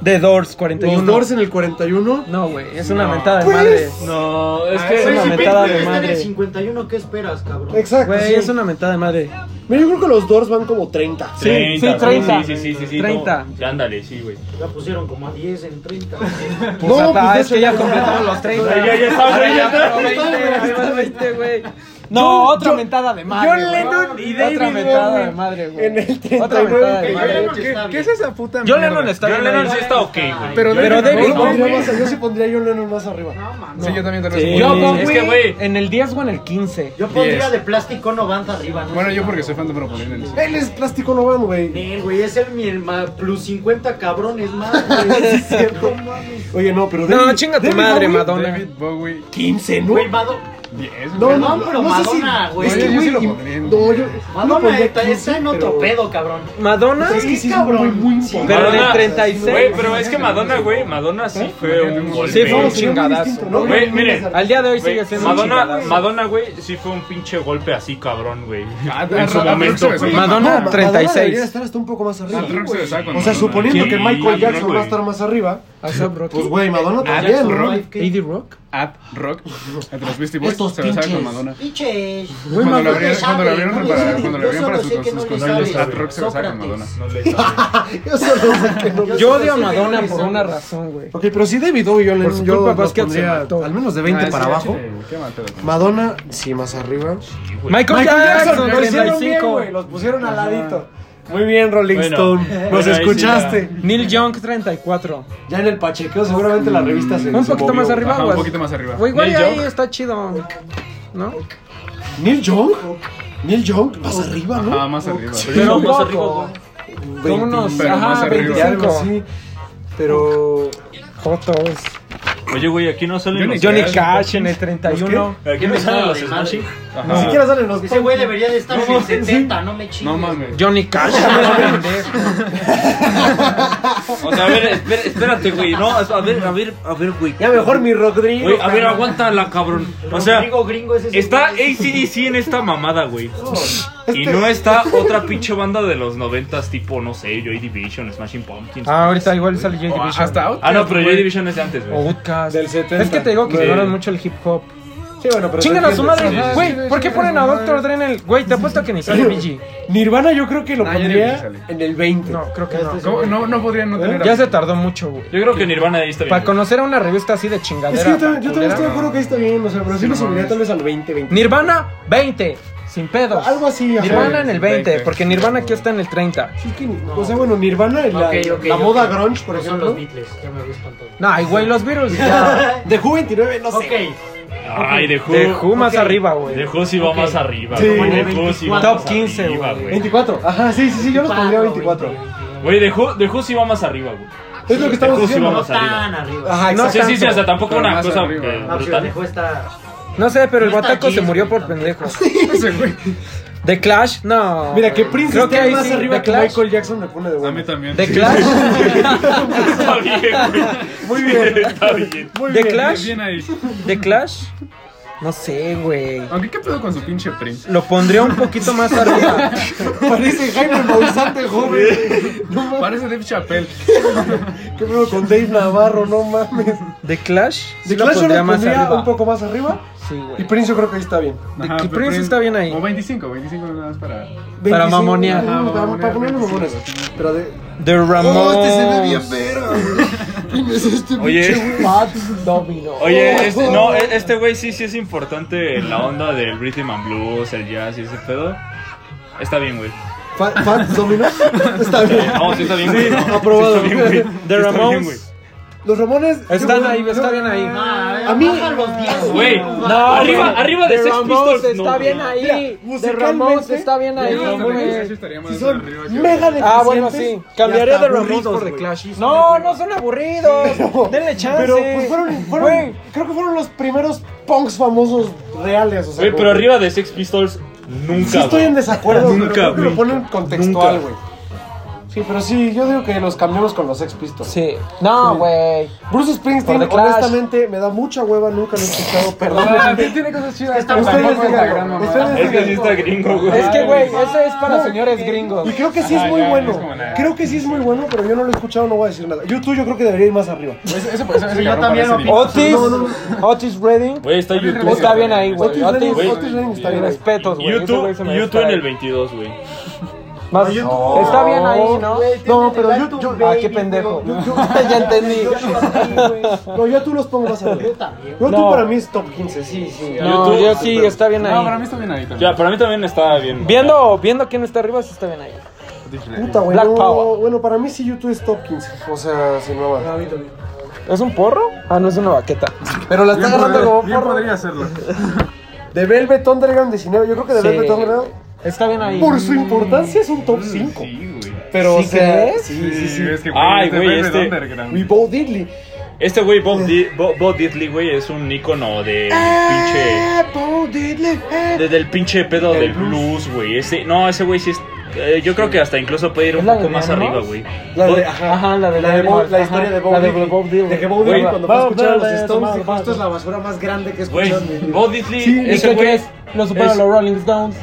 A: The Doors,
M: Los
A: 41.
M: Doors en el 41.
A: No, güey, es una mentada de
C: Pues-
A: madre.
B: No, es
A: Es
G: Ah,
B: que.
A: una
D: Güey,
A: mentada
D: si Pink
A: de
D: Floyd está en el
A: madre.
D: 51, ¿qué esperas, cabrón?
C: Exacto.
A: Güey,
C: sí.
A: es una mentada de madre.
C: Mira, yo creo que los Doors van como 30.
A: Sí, sí, 30.
B: Sí, sí, sí, sí, sí.
A: 30.
B: no. Ya, ándale, sí, güey.
D: La pusieron como a 10 en 30.
A: Pues no,
C: pues, de
A: es
C: hecho,
A: que ya
C: ya-
A: completamos los 30.
B: Ya, ya, ya está,
A: Ahora
B: güey, ya está.
A: pero 20, ahí va el 20, güey. No, otra mentada de madre.
C: John
A: güey.
C: Lennon y David
A: Otra mentada de
C: Bowie
A: madre, güey.
C: En el
A: Otra
C: 39.
A: mentada de
C: que-
A: madre.
D: Lennon, ¿qué- qué es
G: esa puta
A: John Lennon está
B: John
A: bien
B: Lennon
A: ahí.
B: sí está ok, güey.
D: Pero
A: Pero
C: Yo
A: David
C: lo pondría
A: Bowie.
C: más- Yo sí pondría a John Lennon más arriba.
G: Sí, yo también
A: Sí.
G: también.
A: Yo,
B: Es
A: Bowie,
B: que, güey.
A: en el 10 o en el 15.
D: Yo pondría
G: Diez.
D: de plástico no banda arriba, ¿no?
G: Bueno, yo porque soy fan de Proponer en
C: Él es plástico no van, güey.
D: Nel, güey, es el mi herma- plus 50 cabrones más, güey.
C: Oye, no, pero.
A: No,
C: David-
A: chinga tu
C: David
A: madre,
C: Bowie-
A: Madonna.
G: David Bowie.
C: 15, ¿no?
D: Güey, Mado-
G: Diez,
C: No,
G: güey.
C: no,
D: Perdón, pero
C: no sé si-
D: Madonna, güey.
C: es que,
G: yo sí
C: güey,
G: lo pondría en-
C: No, yo. no pues,
D: Madonna
C: pondría
D: está,
C: 15,
D: está en otro
C: pero-
D: pedo, cabrón.
A: Madonna,
C: Es que sí, es muy,
D: cabrón.
C: muy
D: Sí.
C: importante.
A: pero en
B: Madonna-
A: el 36.
B: Güey, pero es que Madonna, güey, Madonna sí fue un golpe.
A: Sí, fue un
C: No, sería muy
A: chingadazo.
C: distinto,
B: No, güey, miren,
A: Al día de hoy
B: Güey,
A: sigue siendo un
B: Madonna,
A: chingadazo.
B: Madonna, güey, sí fue un pinche golpe así cabrón, güey.
G: Ah,
B: En su
G: ah,
B: momento,
G: creo que se
B: güey.
G: me-
A: Madonna,
C: Ma-
A: 36.
C: debería estar hasta un poco más
G: Ah,
C: arriba.
G: creo que se besaba con
C: O sea,
G: Madonna.
C: suponiendo
B: Sí,
C: que Michael
B: sí,
C: Jackson va
B: güey.
C: a estar más arriba,
A: ASAP
C: pues
A: Rocky,
C: güey, Madonna
G: Ah,
C: también,
G: Jackson,
C: ¿no?
G: Rock.
A: AD Rock.
G: App Rock entre los Beastie Boys
D: Estos
G: se besaba con
D: pinches.
G: Madonna.
D: Pinches.
G: Cuando lo
D: no le
G: abrieron, cuando lo
D: sabe,
G: abrieron
D: no le
G: para,
D: sabe.
G: cuando lo abrieron
D: Yo
G: para
D: solo sé
G: sus
D: que no
G: conciertos
D: le
G: con
D: sabe.
G: Elvis, Ad Rock se besaba con
D: Sócrates.
G: Madonna.
B: No le sabe.
C: Yo solo sé que no.
A: Yo odio a Madonna por una razón, güey.
C: Ok, pero si David Bowie yo le
A: Por su
C: yo
A: culpa,
C: los
A: Basquiat se
C: pondría
A: mató.
C: al menos de 20
G: Ah,
C: para
G: sí,
C: abajo.
G: chile, qué matero.
C: Madonna, sí, más arriba.
A: Michael, Jackson,
C: lo hicieron bien,
A: 35.
C: güey, los pusieron al ladito. Muy bien, Rolling
B: Bueno,
C: Stone. Nos
B: bueno, ahí sí
C: escuchaste.
A: Neil Young, 34.
C: Ya en el Pacheco, seguramente la revista se.
A: Un
C: se
A: poquito
C: movió.
A: más arriba,
G: Ajá, un
A: güey.
G: poquito más arriba.
A: Güey, igual
B: Neil
A: ahí
B: Young.
A: está chido. ¿No?
C: ¿Neil Young? ¿Neil Young? Más arriba, ¿no?
G: Ah, más arriba.
A: Pero un
B: más
A: poco.
B: arriba, güey.
A: Como unos,
G: pero más
A: ajá,
G: arriba.
A: 25.
C: Algo así. Pero.
A: Jotos.
B: Oye, güey, aquí no salen los
A: Johnny
B: Cash.
A: Cash en el 31.
B: Aquí no salen los
D: Madre.
B: Smashing.
C: Ni
G: Ah.
C: siquiera salen los.
D: Ese güey debería de estar en el 70, no me chingues.
G: No mames.
A: Johnny Cash. pendejo.
N: O sea, a ver, espera- espérate, güey. No, a ver, a ver, a ver, güey.
C: Ya mejor mi
B: ah,
C: Rodrigo.
N: Güey, a ver, aguántala, cabrón. O sea,
D: Rodrigo gringo ese es el
B: Está
D: güey.
B: ACDC en esta mamada, güey. Y no está otra pinche banda de los noventas tipo, no sé, Joy Division, Smashing Pumpkins.
A: Ah, Oh, ahorita igual sale Joy
G: O
A: Division.
G: Hasta out.
B: Ah, no, pero Joy Division es de antes,
A: O
B: güey.
A: Woodcast.
C: Del 70.
A: Es que te digo que
B: Sí.
A: ignoran mucho el hip hop.
C: Sí, bueno, pero.
A: Chingan a su madre.
B: sí, sí, sí.
A: Güey, ¿por qué ponen a Doctor Dre en el. Güey, te apuesto que ni sale BG.
C: Nirvana, yo creo que lo
G: Ah, yo creo que
C: pondría
G: sale.
C: en el 20.
A: No, creo que no.
G: ¿Cómo? No, no podrían no tener.
A: ¿Eh? Ya se tardó mucho, güey.
B: Yo creo que Nirvana ahí está bien.
A: Para
B: güey.
A: conocer a una revista así de
C: Es que
A: chingadera.
C: yo también, yo también
A: culera.
C: estoy de acuerdo que ahí está bien, o sea, pero sí
G: Sí,
C: lo
G: no
C: subiría
G: mames.
C: tal vez al 20, 20.
A: Nirvana, 20. Sin pedos.
C: Algo así, ajá.
A: Nirvana en el 20,
G: 20,
A: porque Nirvana aquí está en el 30.
C: Sí, es que ni- O sea, bueno, Nirvana, la,
D: Ok, ok,
C: la
D: ok.
C: moda grunge, por
D: No Son
C: ejemplo.
D: los Beatles, ya me gustan todos.
A: No, y güey, los virus. ya.
C: Dejó 29, no sé.
D: Ok,
B: Ay, de Who.
A: De Who más arriba,
B: De
A: güey.
B: Who sí va más arriba.
C: Sí.
B: güey. De Who sí va
A: Top
B: más
A: 15,
B: arriba,
A: güey.
C: 24, ajá, sí, sí, sí, yo los pondría
D: 24,
C: 24.
B: Güey, de Who, de Who sí va más arriba, güey.
C: Es lo que estamos
B: Dejó sí
C: diciendo.
B: vamos.
D: no
B: Más arriba.
D: tan arriba.
C: Ajá,
A: No
B: O sea, sí, sí, o sea, tampoco
G: Pero
B: una
G: más
B: cosa
G: arriba.
B: eh,
D: Ah, pues
B: brutal.
D: dejó esta.
A: No sé, pero el
D: No está
A: bataco se
D: Kiss,
A: murió
D: güey,
A: por
D: tampoco.
A: pendejo.
G: Ese güey.
A: The Clash, no.
C: Mira, que Prince
A: Creo
C: esté
A: que ahí
C: más
A: sí,
C: arriba
A: The
C: que
A: Clash. Ah,
C: Michael Jackson me pone de
G: A mí
C: bueno.
G: también.
A: The Clash,
B: Está bien, güey.
C: Muy bien.
B: Está bien.
C: Muy
A: The
C: bien.
A: Clash,
G: Bien ahí.
A: The Clash. No sé, güey.
G: Aunque qué pedo con su pinche Prince.
A: Lo pondría un poquito más arriba.
C: Parece Jaime Mausante, joven. No mames,
G: Parece Dave Chappelle.
C: qué pedo con Dave Navarro, no mames.
A: The Clash, sí
C: The
A: lo
C: Clash yo
A: pondría
C: lo
A: más
C: pondría
A: arriba.
C: un poco más arriba.
A: Sí,
C: Y
A: güey.
C: Prince yo creo que ahí está bien.
G: Ajá,
A: Prince
G: pero
A: está bien ahí.
G: O 25, 25 nada más para.
C: 25,
A: mamonear. este
C: no,
G: Ajá,
C: no, Para,
G: mamonear,
C: para ponernos
G: 25.
C: mamones. Pero de.
A: The Ramones.
C: Oh, este verga, ¿Quién es este
B: Oye. pinche
C: Pat Domino?
B: Oye, este, no, e- este güey sí, sí es importante en la onda del rhythm and blues, el jazz y ese pedo. Está bien, güey.
C: ¿Pat, Domino? Está bien.
B: No, sí está bien, güey. no.
C: aprobado.
B: Sí está
A: The
B: bien, güey. Sí está bien,
A: Ramones.
B: güey.
C: Los Ramones.
A: Están
C: yo-
A: ahí,
C: yo-
A: está bien ahí.
D: Ah,
C: A mí-
D: baja los 10,
B: Güey,
A: No,
B: arriba,
A: güey.
B: arriba de
A: The
B: Sex
A: Ramones
B: Pistols. no,
A: está
B: güey.
A: bien ahí. The
C: musicalmente,
A: Ramones está bien ahí.
G: Yo hasta
A: güey.
G: me dice, sí estaría más
C: Si son
G: arriba que-
C: mega deficientes.
A: Ah, bueno, sí.
C: y
A: Cambiaré
C: hasta
A: de Ramones
C: aburridos,
A: por The
C: güey.
A: Clash. No, no son aburridos. Denle chance.
C: Pero pues fueron, fueron-
A: Güey,
C: creo que fueron los primeros punks famosos reales, o sea,
B: Güey,
C: como-
B: pero arriba de Sex Pistols nunca.
C: Sí estoy
B: güey.
C: en desacuerdo,
B: Nunca,
C: pero creo que
B: güey.
C: lo ponen contextual,
B: Nunca.
C: güey. Sí, pero sí, yo digo que los cambiamos con los Sex Pistols.
A: Sí. No, güey.
C: Bruce Springsteen,
A: Por The Clash.
C: honestamente, me da mucha hueva, nunca lo he escuchado, perdón.
G: tiene cosas chidas.
D: Está
C: Ustedes
D: Tampoco
C: díganlo, ustedes
B: Es que sí
C: díganlo.
B: está gringo, güey.
A: Es que, güey, eso es para señores gringos.
C: Y creo que sí es
B: Ah,
G: Ajá,
C: muy
G: ya,
C: bueno.
G: es como nada.
C: Creo que sí es muy bueno, pero yo no lo he escuchado, no voy a decir nada. Yo tú, yo creo que debería ir más arriba.
G: Ese, ese, ese, ese
D: yo
G: cabrón
D: también
G: parece
D: lo
G: ni-
D: pienso.
A: Otis, Otis Redding.
B: Güey, está YouTube.
A: Está bien ahí, güey.
C: Otis Redding,
B: Güey,
C: Otis Redding está bien. ahí.
A: Respetos, güey. Ese güey se
B: YouTube,
A: merece
B: YouTube en
A: estar
B: el
A: ahí.
B: 22, güey.
A: Más- Está bien ahí, ¿no?
C: No, pero yo, yo,
A: Ah, qué pendejo.
C: Yo- yo-
A: Ya entendí.
C: No, yo a tú los pongo más arriba. Yo
D: también.
C: tú
A: No.
C: para mí es top 15, sí, sí.
A: No,
B: YouTube.
A: yo sí, está bien
G: No, para
A: ahí.
G: mí está bien ahí también.
B: Ya, para mí también está bien.
A: Viendo, viendo quién está arriba, sí está bien ahí.
G: pues,
C: Puta, güey.
A: Black
C: no,
A: Power.
C: Bueno, para mí sí YouTube es top 15. O sea, sin nueva.
A: ¿Es un porro? Ah, no, es una baqueta. Pero la está agarrando como
G: Bien
A: porro.
G: podría hacerlo.
C: De Velvet Underground 19, yo creo que de
A: Sí.
C: Velvet Underground,
A: Está bien ahí.
C: por su importancia, es un top 5.
G: Sí, güey.
C: Pero,
A: ¿Sí
C: o sea,
A: crees?
C: Mm, sí, sí, sí.
G: Es que,
B: Ay,
G: este
B: güey,
G: Velvet
B: este-
G: Underground.
C: Y Bo Diddley.
B: Este güey, Bob, Di- Bo- Bo Diddley, güey, es un ícono del
C: Ah,
B: pinche.
C: eh.
B: de- del pinche pedo del blues, güey. Ese, no, ese güey sí es. eh, yo creo que hasta incluso puede ir un
A: ¿Es la
B: poco
A: de
B: más
A: Animals?
B: arriba, güey.
C: La de,
B: Bo-
C: ajá.
A: Ajá, la de
C: La, de Bob-
A: Animals,
C: la
A: ajá,
C: historia de Bob
A: la
C: Dylan.
A: Bob Dylan.
C: De que Bob
B: Güey,
C: Dylan cuando fue a
A: Bob
C: escuchar a los
A: Dylan,
C: Stones
A: Bob
C: dijo, esto
A: Dylan.
C: es la basura más grande que he
B: Güey,
C: escuchado. en mi vida".
B: Bo Diddley,
A: ¿Y
B: ese
A: qué
B: güey.
A: crees? Lo superan
B: es-
A: los Rolling Stones.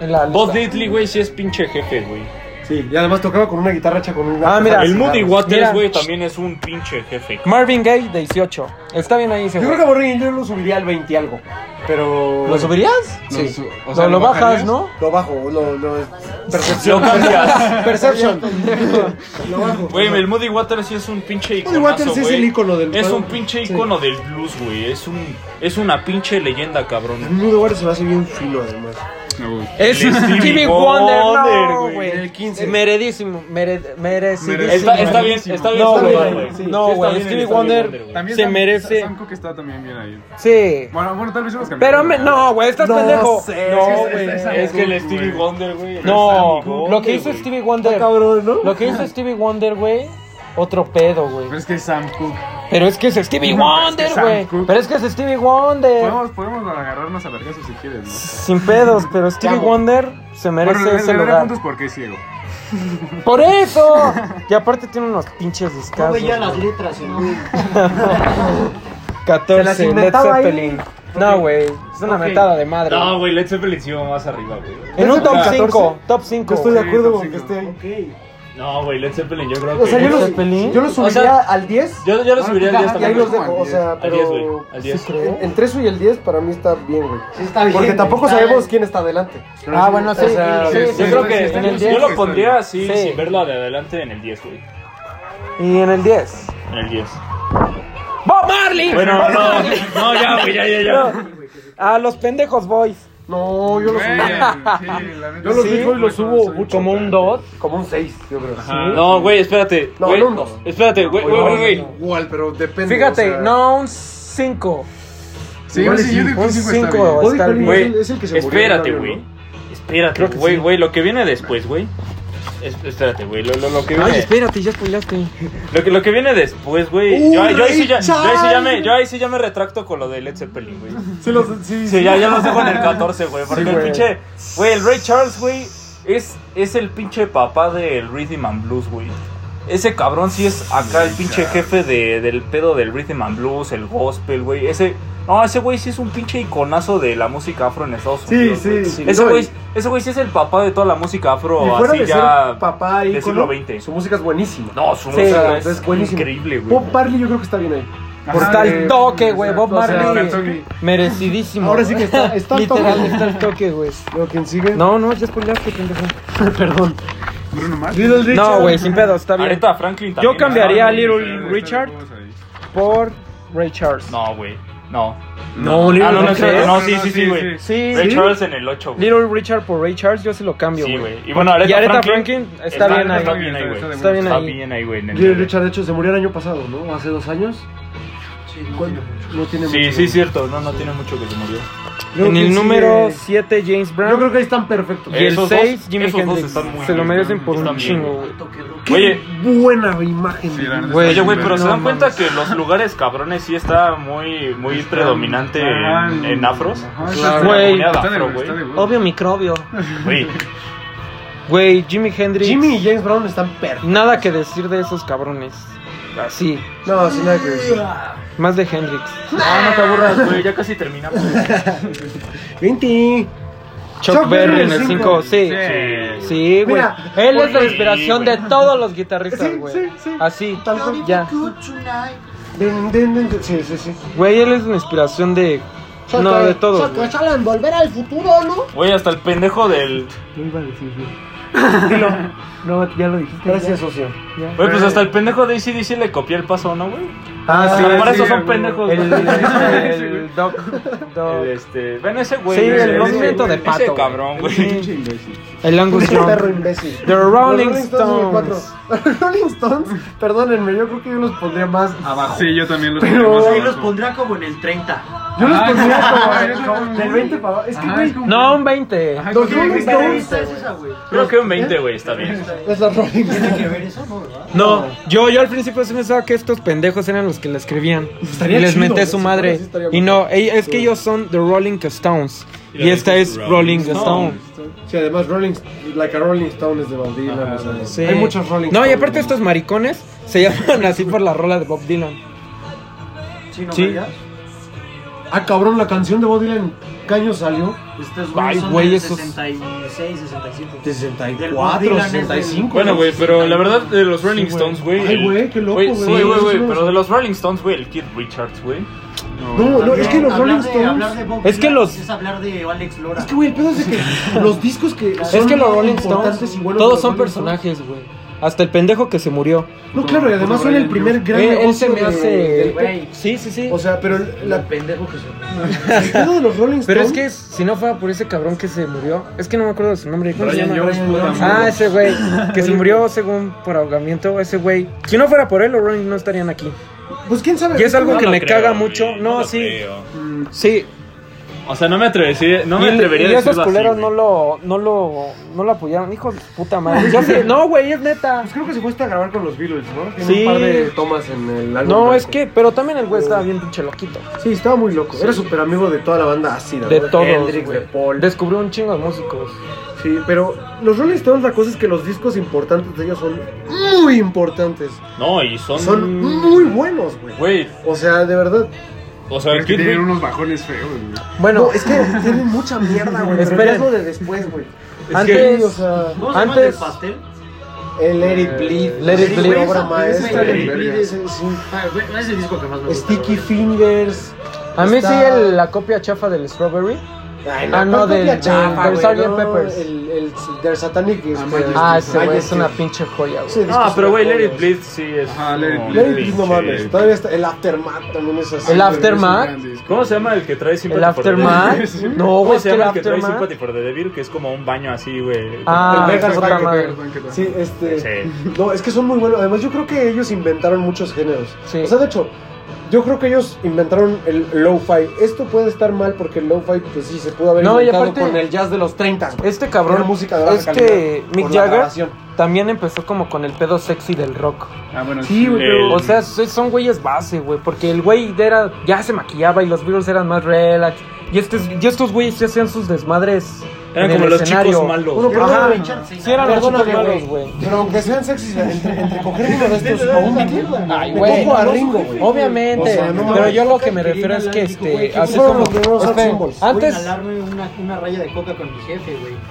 A: en la
B: Bob
A: lista.
B: Diddley, güey, sí es pinche jefe, güey.
C: Sí, y además tocaba con una guitarra hecha con una...
A: Ah, mira.
B: El Moody Waters,
A: Mira.
B: güey, también es un pinche jefe.
A: Marvin Gaye, 18. Está bien ahí,
C: Yo
A: seguro.
C: creo que Borgen yo lo subiría al 20 y algo. Pero...
A: ¿Lo subirías?
C: Sí.
G: su- o
A: O
G: sea,
A: lo,
G: ¿lo
A: bajas,
G: bajarías?
A: ¿no?
C: Lo bajo, lo... lo-
B: Lo
C: Percepción.
B: cambias.
C: Perception. lo bajo.
B: Güey, el Moody Waters sí es un pinche icono.
C: Waters es el ícono del-
B: Es un pinche icono del blues, güey. Es un es una pinche leyenda, cabrón.
C: Nudo Waters se me hace bien filo, además.
A: Es
B: El
A: Stevie
B: Stevie
A: Wonder,
B: Wonder,
A: no,
B: güey.
A: güey.
C: El 15.
A: Meredísimo, mere- merecidísimo.
B: Está, está bien, está bien.
A: No,
B: está
A: güey.
B: bien,
C: Sí,
A: No,
B: está
A: güey.
B: bien,
A: Stevie
B: está
A: Wonder,
B: bien, güey.
G: También
A: se
G: Sam-
A: merece.
G: Sam Cooke está también bien ahí.
A: Sí.
G: Bueno, bueno, tal vez hemos cambiado.
A: Pero me- no, güey, estás
C: No
A: pendejo.
C: sé,
A: no,
C: es que-
A: güey.
G: es- es-
B: Es que el Stevie Wonder, güey. el
A: No,
B: Sammy Wonder,
A: lo que hizo
B: güey.
A: Stevie Wonder.
C: Cabrón, ¿no?
A: Lo que hizo Stevie Wonder, güey. Otro pedo, güey.
G: Pero es que Sam Cooke.
A: Pero es que es Stevie
G: No, es que
A: Wonder,
G: Sam
A: güey.
G: Cooke-
A: Pero es que es Stevie Wonder.
G: Podemos, podemos agarrarnos a vergazos si quieres,
A: Sin pedos, pero Stevie Wonder se
G: ¿no?
A: merece
G: Bueno, le,
A: ese
G: le daré
A: lugar.
G: puntos porque es ciego.
A: ¡Por eso! Y aparte tiene unos pinches
D: No
A: discazos.
D: veía las
A: güey.
D: letras, ¿no?
A: 14, Led
C: inventaba ahí.
A: Zeppelin. No, güey. Es una mentada de madre.
B: No, güey, Led Zeppelin sí va más arriba, güey.
A: En un top
C: Led Zeppelin
A: 5.
C: 14.
A: Top
C: Yo
A: 5.
C: estoy de
G: Sí,
C: acuerdo
G: top
C: con que
G: cinco.
C: esté ahí.
B: No, güey, Led Zeppelin yo creo que...
C: O sea, yo
A: ¿Led
C: lo,
A: Zeppelin?
C: yo lo subiría
B: O sea,
C: al 10
B: Yo,
A: Ah,
B: yo lo subiría al 10
C: y ahí
B: también.
C: los
B: güey.
C: dejo. O sea,
B: Al 10, güey.
C: pero...
B: Al 10.
C: Entre eso y el 10 para mí está bien, güey.
D: Sí, está bien.
C: Porque tampoco
D: está-
C: sabemos quién está adelante.
A: Ah, bueno, sí.
C: O sea,
A: sí, sí,
G: sí,
A: yo
G: sí,
A: creo
G: sí,
A: que
G: sí,
A: en
G: sí,
A: el
G: sí,
B: Yo
A: 10.
B: lo pondría así,
A: Sí.
B: sin verlo de adelante, en el 10, güey.
A: Y en el 10.
B: En el 10.
A: ¡Bob Marley!
B: Bueno, no, no, ya, güey, ya, ya, ya.
A: A los pendejos boys.
C: No, yo lo
G: Güey,
C: subiría.
G: sí, la neta
C: Yo lo
G: sí,
C: subo y lo
G: güey,
C: subo
G: soy-
C: mucho.
A: Como un 2.
C: Como un 6, yo creo.
B: Ajá. No, güey, espérate.
C: No,
B: güey,
C: en un dos.
B: Espérate, güey, güey, güey, güey.
C: Igual, pero depende.
A: Fíjate,
C: o sea,
A: no, un 5.
G: Sí,
C: Igual
G: sí,
C: y
G: yo
C: sí,
G: digo que
A: un
G: cinco está
A: cinco.
G: bien.
C: Body
A: está
C: Color
B: bien.
C: es el- es el que se murió en el
B: Espérate,
C: avión,
B: güey.
C: ¿no?
B: Espérate, güey, güey, lo que viene después, güey. Es- espérate, güey, lo, lo, lo que viene.
A: espérate, ya spoilaste.
B: Lo que, lo que viene después, güey.
C: Uy,
B: Yo, yo, ahí sí ya, yo,
C: Richard.
B: ahí sí ya me, yo ahí sí ya me retracto con lo de Led Zeppelin, güey.
C: Sí, los- sí,
B: Sí, ya, ya los dejo en el 14, güey. Porque el
C: güey.
B: pinche. Güey, el Ray Charles, güey, es, es el pinche papá del Rhythm and Blues, güey. Ese cabrón sí es acá el pinche jefe de- del pedo del Rhythm and Blues, el gospel, güey. Ese. No, ese güey sí es un pinche iconazo de la música afro en Estados
C: Sí,
B: Unidos.
C: sí.
B: güey.
C: sí.
B: Ese
C: No,
B: güey,
C: y-
B: ese güey sí es el papá de toda la música afro,
C: y fuera
B: así
C: de
B: ya.
C: ser papá y
B: del siglo XX.
C: Su música es buenísima.
B: No, su
A: Sí,
B: música
C: es
B: es
C: buenísimo.
B: increíble, güey.
C: Bob Marley yo creo que está bien ahí.
G: Ajá,
A: Por
G: eh,
A: tal toque, güey. Bob
C: o sea,
A: Marley.
G: Tony.
A: Merecidísimo.
C: Ahora sí que está- está al
A: Literal,
C: toque.
A: está el toque, güey.
C: Luego, ¿quién sigue?
A: No, no, ya spoilaste, pendejo.
C: perdón.
G: Bruno Mars. Ah,
C: Little Richard.
A: No, güey, sin pedo, está bien.
B: Aretha Franklin también.
A: cambiaría
B: ¿no?
A: a Little
G: Está-
A: Richard.
G: está de huevos ahí.
A: Por Ray Charles.
B: No, güey. No.
A: No,
B: Ah, no, no,
A: Richard.
B: espérate, no, sí, sí, sí, güey.
A: Sí,
B: Ray Charles en el 8, güey.
A: Little Richard por Ray Charles, yo se lo cambio,
B: Sí,
A: güey.
B: güey. Y bueno,
A: Y
B: Aretha,
A: Aretha
B: Franklin,
A: Franklin está bien ahí.
B: Está bien ahí, güey.
G: Ah, Está
A: Está bien
B: Está
A: ahí.
B: bien ahí, güey. en el-
C: Little Richard, de hecho, se murió el año pasado, ¿no? Hace dos años. ¿Cuándo? No tiene
B: Sí,
C: mucho.
B: sí, cierto. No, no tiene mucho que se murió.
A: en
C: Luego, ¿quién
A: el
C: sigue?
A: número 7, eh, James
C: Yo creo
A: Brown.
C: que ahí están perfectos.
A: Y el
B: Eh, Esos
A: 6,
B: dos-
A: Jimi
B: esos dos
A: Hendrix.
B: están muy
A: Se lo
B: bien,
A: merecen
B: están-
A: por un
B: están bien,
A: chingo, güey.
C: Qué
B: Oye.
C: buena imagen.
G: Sí, la neta
A: Güey,
G: está
B: Oye,
G: bien
B: güey, pero
G: verga.
B: se dan cuenta que los lugares cabrones sí está muy, muy predominante en, en afros.
G: Ajá, está-
A: Güey.
G: está de-
B: Afro,
G: está de
B: güey.
G: huevos.
A: Obvio microbio.
B: Güey,
A: Güey, Jimi Hendrix.
C: Jimmy y James Brown están perfectos.
A: Nada que decir de esos cabrones. Así,
C: No, sin nada que decir.
A: más de Hendrix.
B: no, no te aburras, güey. Ya casi terminamos.
C: Venti.
A: Chuck,
C: Chuck
A: Berry
C: Berry
A: en el 5,
C: cinco.
A: sí.
B: Sí.
A: Sí, güey.
C: Mira,
A: Él es la
B: sí,
A: inspiración
B: güey.
A: de todos los guitarristas,
C: Sí,
A: güey.
C: sí, sí.
A: Así,
C: Tal cual.
A: ya.
C: Den, den, den, den. Sí, sí, sí.
A: Güey, él es la inspiración de. No, de todos. güey.
B: Güey, hasta el pendejo del.
C: Gracias, socio.
B: Güey, pues hasta el pendejo de ACDC le copié el paso, ¿no, güey?
A: Ah,
B: Pero por
G: sí,
B: eso son
G: güey.
B: pendejos.
A: El,
B: güey.
A: el Doc. Doc.
B: El, este, ven ese güey.
A: Sí, el
B: ese-
A: movimiento de
B: ese
A: pato, güey.
B: cabrón, güey.
G: Pinche imbécil.
A: El Angus
C: Pinche
A: Young.
C: perro imbécil.
A: The Rolling
C: Los son
A: Stones.
C: cuatro. Los Rolling Stones, perdónenme, yo creo que yo los pondría más abajo.
G: Sí, yo también los
C: Pero-
G: pondría más
C: Ahí
D: Ahí los
G: abajo.
D: pondría como en el 30.
C: Yo los
G: Ah,
C: pondría
G: sí.
C: como-
G: Ah,
C: como del 20 para abajo. Es que,
G: Ajá,
C: güey,
G: es como-
A: No, un 20.
G: Ajá,
C: Los
G: ¿qué- qué-
C: Rolling
G: qué-
C: Stones.
O: ¿Qué es esa, güey?
B: Creo que un 20, güey, está bien.
C: es la Rolling
D: Tiene que ver eso, ¿no? ¿Verdad?
A: No, yo, yo al principio sí pensaba que estos pendejos eran los que la escribían.
C: Estaría
A: y les
C: chido,
A: meté
C: güey,
A: su
C: si
A: madre.
C: fuera así estaría
A: Y no, ey, es que ellos son The Rolling Stones. Y esta es Rolling Stone.
C: Sí, además Rolling, like a Rolling Stone es de Bob Dylan, o sea,
A: Sí.
C: hay muchos Rolling
A: No, y
C: Stones,
A: aparte
C: güey.
A: estos maricones se llaman así por la rola de Bob Dylan.
D: Sí, no
A: Sí.
D: veías.
C: Ah, cabrón, la canción de Bob Dylan, ¿qué año salió?
D: Estos
A: Ay,
D: güeyes son
A: güey,
D: del
A: esos-
D: 66, 67. Del Bob
C: 64,
D: Dylan es del-
C: 65.
B: Bueno, güey, pero la verdad de los Rolling
C: güey.
B: Stones, güey.
C: Ay,
B: el-
C: güey, qué loco,
B: güey.
C: güey.
B: Sí, güey,
C: Sí,
B: güey,
C: sí,
B: pero
C: sí.
B: de los Rolling Stones, güey, el Kid Richards, güey.
C: No, no, es que los
D: Hablar
C: Rolling
D: de-
C: Stones.
D: hablar de Bob
A: Es que
D: Dylan
A: los-
D: Es hablar de Alex Lora.
C: Es que, güey, el pedo es de que los discos que.
A: Es que los Rolling Stones,
C: importantes y buenos de
A: todos
C: los
A: son
C: Rolling Stones-
A: personajes, güey. Hasta el pendejo que se murió.
C: No, claro, y además son el primer gran.
A: Eh, él
C: negocio
A: se me
C: de-
A: hace.
C: del-
D: güey.
A: Sí, sí, sí.
C: O sea, pero el- la-
D: pendejo que se.
C: el pedo de los Rolling Stones.
A: Pero es que si no fuera por ese cabrón que se murió, es que no me acuerdo de su nombre. ¿Cómo se
G: Brian
A: llama?
G: Jones,
C: Brian
G: puta
C: Jones.
A: Ah,
G: madre.
A: ese güey, que se murió según por ahogamiento, ese güey. Si no fuera por él, los Rolling no estarían aquí.
C: Pues quién sabe.
A: Y es algo
B: No
A: que
B: lo
A: me
B: creo,
A: caga
B: güey,
A: mucho. No,
B: lo
A: sí.
B: creo.
A: Sí,
B: O sea, no me atrevería, no
A: y,
B: me atrevería
A: y
B: a
A: esos
B: decirlo así,
A: culeros
B: güey.
A: no lo, no lo, no lo apoyaron, hijo de su puta madre. Yo sé- no, güey, es neta.
C: Pues creo que se fuiste a grabar con los Beatles, ¿no? Tiene
A: Sí.
C: un par de tomas en el álbum.
A: No,
C: blanco.
A: es que, pero también el güey estaba bien pinche loquito.
C: Sí, estaba muy loco. Era súper amigo de toda la banda ácida.
A: De
C: ¿no?
A: todos,
C: Hendrix,
A: güey.
C: de Paul.
A: Descubrió un chingo de músicos.
C: Sí, pero los Rolling Stones, la cosa es que los discos importantes de ellos son muy importantes.
B: No, y son.
C: Son
A: Mm.
C: muy buenos, güey.
B: Güey,
C: O sea, de verdad.
B: o sea,
G: Es que
B: Kid
G: tienen
B: Richards.
G: unos bajones feos, güey.
A: Bueno,
C: No, es que tienen mucha mierda, güey. Pero
A: Esperen.
C: ya es lo de después, güey.
B: Es que-
A: antes,
C: Sí, o sea,
D: ¿Cómo se llama el
A: Antes-
D: del pastel?
C: el Let It Bleed.
A: Let It
C: Sí,
A: Bleed,
C: güey,
A: obra
C: esa-
A: maestra,
C: esa Let
G: güey.
C: It Bleed es- es un-
D: Ah, güey, Es el disco que más me gusta.
C: Sticky
D: güey.
C: Fingers.
A: a mí sí
C: está-
A: el- la copia chafa del Strawberry.
C: Ay,
A: Ah, no,
C: ¿cuál
A: del-
C: copia chafa,
A: del
C: güey?
A: Sgt.
C: No,
A: Peppers.
C: El, el, del Satanic. este,
A: Ah, ese güey es
C: Majesty.
A: una pinche joya, güey.
C: Ese disco
B: Ah,
C: es
B: pero
C: una
B: güey, Let
C: joya.
B: It Bleed sí es.
G: Ajá, Let It
B: como-
C: Let It Bleed, no mames.
B: pinche-
C: Todavía está. El Aftermath también es así.
A: El
C: güey.
G: Pues,
A: Aftermath.
B: ¿Cómo se llama el que trae Sympathy
A: El
B: for the
A: Aftermath.
B: Devil?
A: No, güey,
B: ¿Cómo
A: es
B: se
A: que el
B: llama el que trae
A: Aftermath-
B: Sympathy for the Devil? Que es como un baño así, güey.
A: Ah,
C: El Vegas
A: puta
C: Bank,
A: madre.
C: Sí, este.
B: Sí.
C: No, es que son muy buenos. Además, yo creo que ellos inventaron muchos géneros.
A: Sí.
C: O sea, de hecho, yo creo que ellos inventaron el lo-fi. Esto puede estar mal porque el lo-fi, pues sí, se pudo haber
A: No, y
C: inventado
A: aparte-
C: con el jazz de los 30. güey.
A: Este cabrón,
C: Era música de baja
A: este
C: calidad
A: Mick
C: por la
A: Jagger
C: grabación.
A: también empezó como con el pedo sexy del rock.
G: Ah, bueno,
C: Sí, güey,
B: El-
A: O sea, so- son güeyes base, güey, porque el güey era ya se maquillaba y los Beatles eran más relax. Y, estos- y estos güeyes ya hacían sus desmadres. en
B: Eran
A: el
B: como los
A: escenario.
B: chicos malos.
C: Bueno,
B: güey.
C: pero-
A: Ajá.
D: Richard, sí,
A: Sí eran los
C: Perdóname,
A: chicos malos,
C: güey.
A: güey.
C: Pero aunque sean sexys, entre, entre coger uno de estos o un Beatle,
A: Ay,
C: me
A: güey.
C: cojo a Ringo, güey.
A: Obviamente,
C: O sea, no
A: pero
C: mames.
A: yo lo que me refiero es que este, así como
C: fueron los primeros Art
A: Esperen,
C: Symbols.
D: Voy a
A: antes
D: inhalarme una, una raya de coca con mi jefe, güey.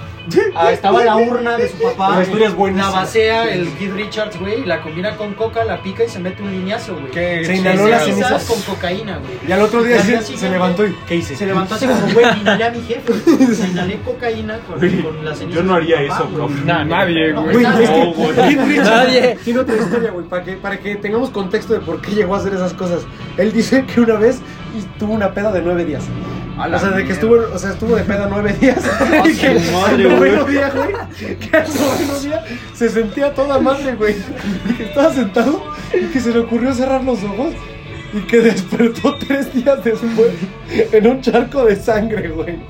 D: Ah, estaba la urna de su papá.
C: La historia es buenísima.
D: La vacea el Kid Richards, güey. La combina con coca, la pica y se mete un liñazo, güey.
G: Qué
C: Se inhaló las
G: chingado.
C: cenizas.
D: con cocaína, güey.
C: Y al otro día
D: Y al
C: sí,
D: día
C: se
D: siguiente,
C: levantó y. ¿Qué hice?
D: Se levantó así como, güey, inhalé a mi jefe. güey. Inhalé cocaína con, con las cenizas.
B: Yo no
D: de
B: haría
D: mi papá,
B: eso,
D: güey.
B: bro.
G: Nadie, güey.
C: Güey, es que
B: No, güey.
C: Keith Richards
A: Nadie.
C: tiene otra historia, güey, para que, para que tengamos contexto de por qué llegó a hacer esas cosas. Él dice que una vez y tuvo una peda de nueve días.
G: A la
C: O sea, de que
G: mierda. Ah,
C: estuvo, o sea, estuvo de peda nueve días. y que
B: madre,
C: al noveno día, güey, que al noveno día se sentía toda madre, güey. Y que estaba sentado y que se le ocurrió cerrar los ojos y que despertó tres días después en un charco de sangre, güey.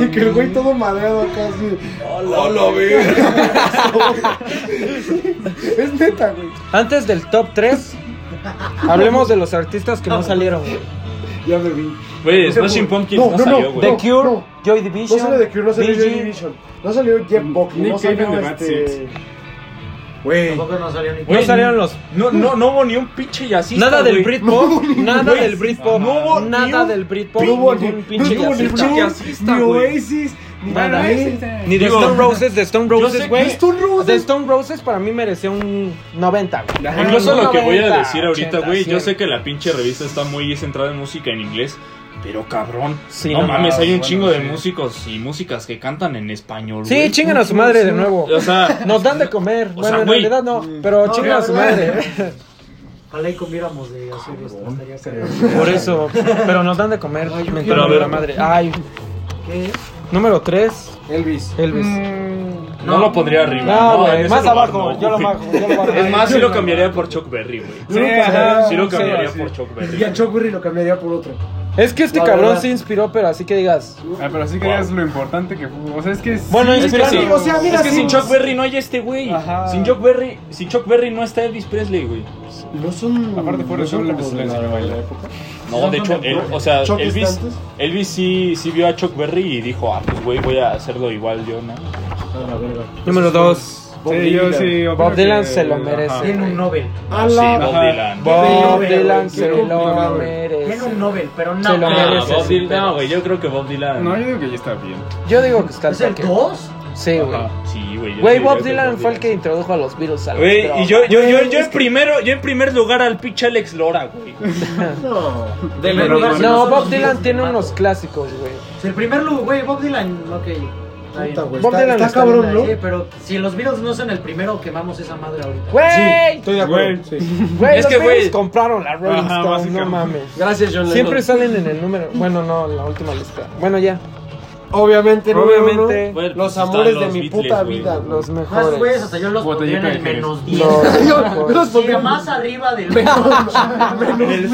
C: Y que el güey todo madreado acá así. "Oh,
B: Hola, güey.
C: Es neta, güey.
A: antes del top 3 hablemos de los artistas
C: Ah.
A: que no salieron. güey.
C: Ya me vi.
B: Güey, Smashing Pumpkins no, salió, güey.
A: The Cure,
C: no.
A: Joy
C: No
A: Division,
C: salió de Cure, no salió
A: Bee
C: Joy
A: Gees.
C: Division. No salió Jeff Buckley, no
G: Nick Cave
C: salió
G: and the Bad
C: este.
G: Seeds.
C: Güey.
D: Tampoco no salió ni
A: No salieron los
B: No, no, no hubo ni un pinche jazzista.
A: Nada del
B: güey.
A: Britpop, nada
B: güey.
A: del Britpop,
B: No hubo ni
A: nada
B: un
A: del Britpop,
C: No hubo ni
A: ningún pinche
C: no hubo ni
A: jazzista.
C: Blur,
B: jazzista,
C: ni
B: güey.
C: Oasis, ni
A: Nada.
C: Maná.
A: Ni de
B: Digo,
A: Stone Roses, de Stone
B: yo
A: Roses,
B: sé
A: güey.
B: que
C: Stone Roses.
A: De Stone Roses para mí merecía un 90. güey.
G: Ajá.
B: Incluso lo que voy a
A: 90,
B: decir ahorita,
A: 80,
B: güey, yo
A: 100.
B: sé que la pinche revista está muy centrada en música en inglés, pero cabrón,
A: Sí,
B: no,
A: no
B: mames,
G: mames,
B: hay un
G: bueno,
B: chingo de
G: sí.
B: músicos y músicas que cantan en español,
A: Sí,
B: güey.
A: chingan a su madre de nuevo.
B: O sea,
A: Nos dan de comer. bueno,
B: sea,
A: en
B: güey.
A: realidad no, pero
D: No,
A: chingan
D: la
A: a su
D: verdad.
A: madre.
D: Ojalá y comiéramos de hacer esto. Estaría cagado.
A: Por eso, pero nos dan de comer. me
B: quiero
A: encanta
B: ver.
A: la madre. Ay,
D: ¿Qué?
A: número 3,
C: Elvis.
A: Elvis.
G: Mm,
B: No, lo pondría arriba.
A: No,
B: en
A: güey,
B: ese
A: más
B: lugar
A: abajo,
B: no,
A: yo lo
B: güey.
A: bajo, yo lo bajo.
B: Es más, sí lo cambiaría por Chuck Berry, güey.
A: Sí, ajá,
B: Sí lo
A: sí,
B: cambiaría
A: sí.
B: por Chuck
C: Y a
B: Berry.
C: Chuck Berry lo cambiaría por otro.
A: Es que este
C: La
A: cabrón
C: verdad.
A: se inspiró, pero así que digas.
G: Ah, pero sí que veas lo importante que fue. O sea, es que. sí-
A: Bueno,
B: Es que,
A: inspirado.
B: sí.
C: O sea, mira,
B: es que
C: sí.
B: sin Chuck Berry no hay este güey.
A: Ajá.
B: Sin Chuck Berry, sin Chuck Berry no está Elvis Presley, güey.
C: No son.
G: Aparte,
C: no
G: fuera
C: son
G: solo
C: como
G: empezó
C: de
G: la
C: la-
G: enseñanza de la época.
B: No, de hecho, él- o sea,
C: Chuck
B: Elvis,
C: Stanton.
B: Elvis sí, sí vio a Chuck Berry y dijo, ah, pues güey, voy a hacerlo igual yo, ¿no?
C: Ah, la verga.
A: Número 2.
C: Bob
G: Sí, yo
C: Dylan.
G: sí. opino
A: Bob Dylan
G: que-
A: se lo
G: ajá.
A: merece.
D: Tiene un Nobel.
C: A
B: sí,
C: la-
B: Bob
G: Ajá.
B: Dylan.
A: Bob
D: Sí,
A: Dylan
D: güey,
A: se
G: sí,
A: lo
G: güey.
D: Tiene
A: merece.
D: un Nobel, pero
A: Se
D: no.
A: lo
B: No,
A: merece.
B: Bob
A: sí,
B: Dylan, no, güey, yo creo que Bob Dylan.
G: No, yo digo que ya está bien.
A: Yo digo que está
D: ¿Es el
A: toque.
D: 2?
A: Sí, güey.
B: Ah, Sí, güey. yo
A: Güey,
B: sí
A: Bob
B: diría
A: Dylan fue el que introdujo a los virus al
B: Güey, y yo, yo, yo,
C: Güey,
B: yo
C: es
B: en primero, yo en primer lugar al pinche Alex Lora, güey.
D: Del
G: Pero
D: lugar,
G: no,
D: si
A: No,
D: son
A: Bob
D: los
A: Dylan
D: mismos
A: tiene unos
D: formatos.
A: clásicos, güey.
D: Si el primer lugar, güey, Bob Dylan, ok. está bien.
C: Puta, güey.
A: Bob
C: Está,
A: Dylan
C: está
A: está
C: cabrón,
A: bien
C: ¿no?
A: ahí.
D: Sí, pero si los Beatles no son el primero, quemamos esa madre ahorita.
A: Güey,
C: Estoy de acuerdo. sí.
A: güey,
B: Es
A: los
B: que,
A: Beatles
B: güey.
A: compraron la Rolling
G: Ajá,
A: Stone, no
G: básicamente.
A: mames.
C: Gracias, John Lennon.
A: Siempre salen en el número. Bueno, no, en la última lista. Bueno, ya.
C: Obviamente, número
A: Obviamente,
C: uno,
B: Güey, pues,
C: los
B: están
C: amores de
B: los
C: mi
B: Beatles,
C: puta
B: güey.
C: vida.
A: Los
D: Ah, esos güeyes,
A: mejores.
D: hasta yo los pondría en
G: Botellita
D: el
G: de Jerez.
D: menos 10.
A: Los
C: Yo
A: mejores.
C: los pondría
D: más arriba del menos
B: En el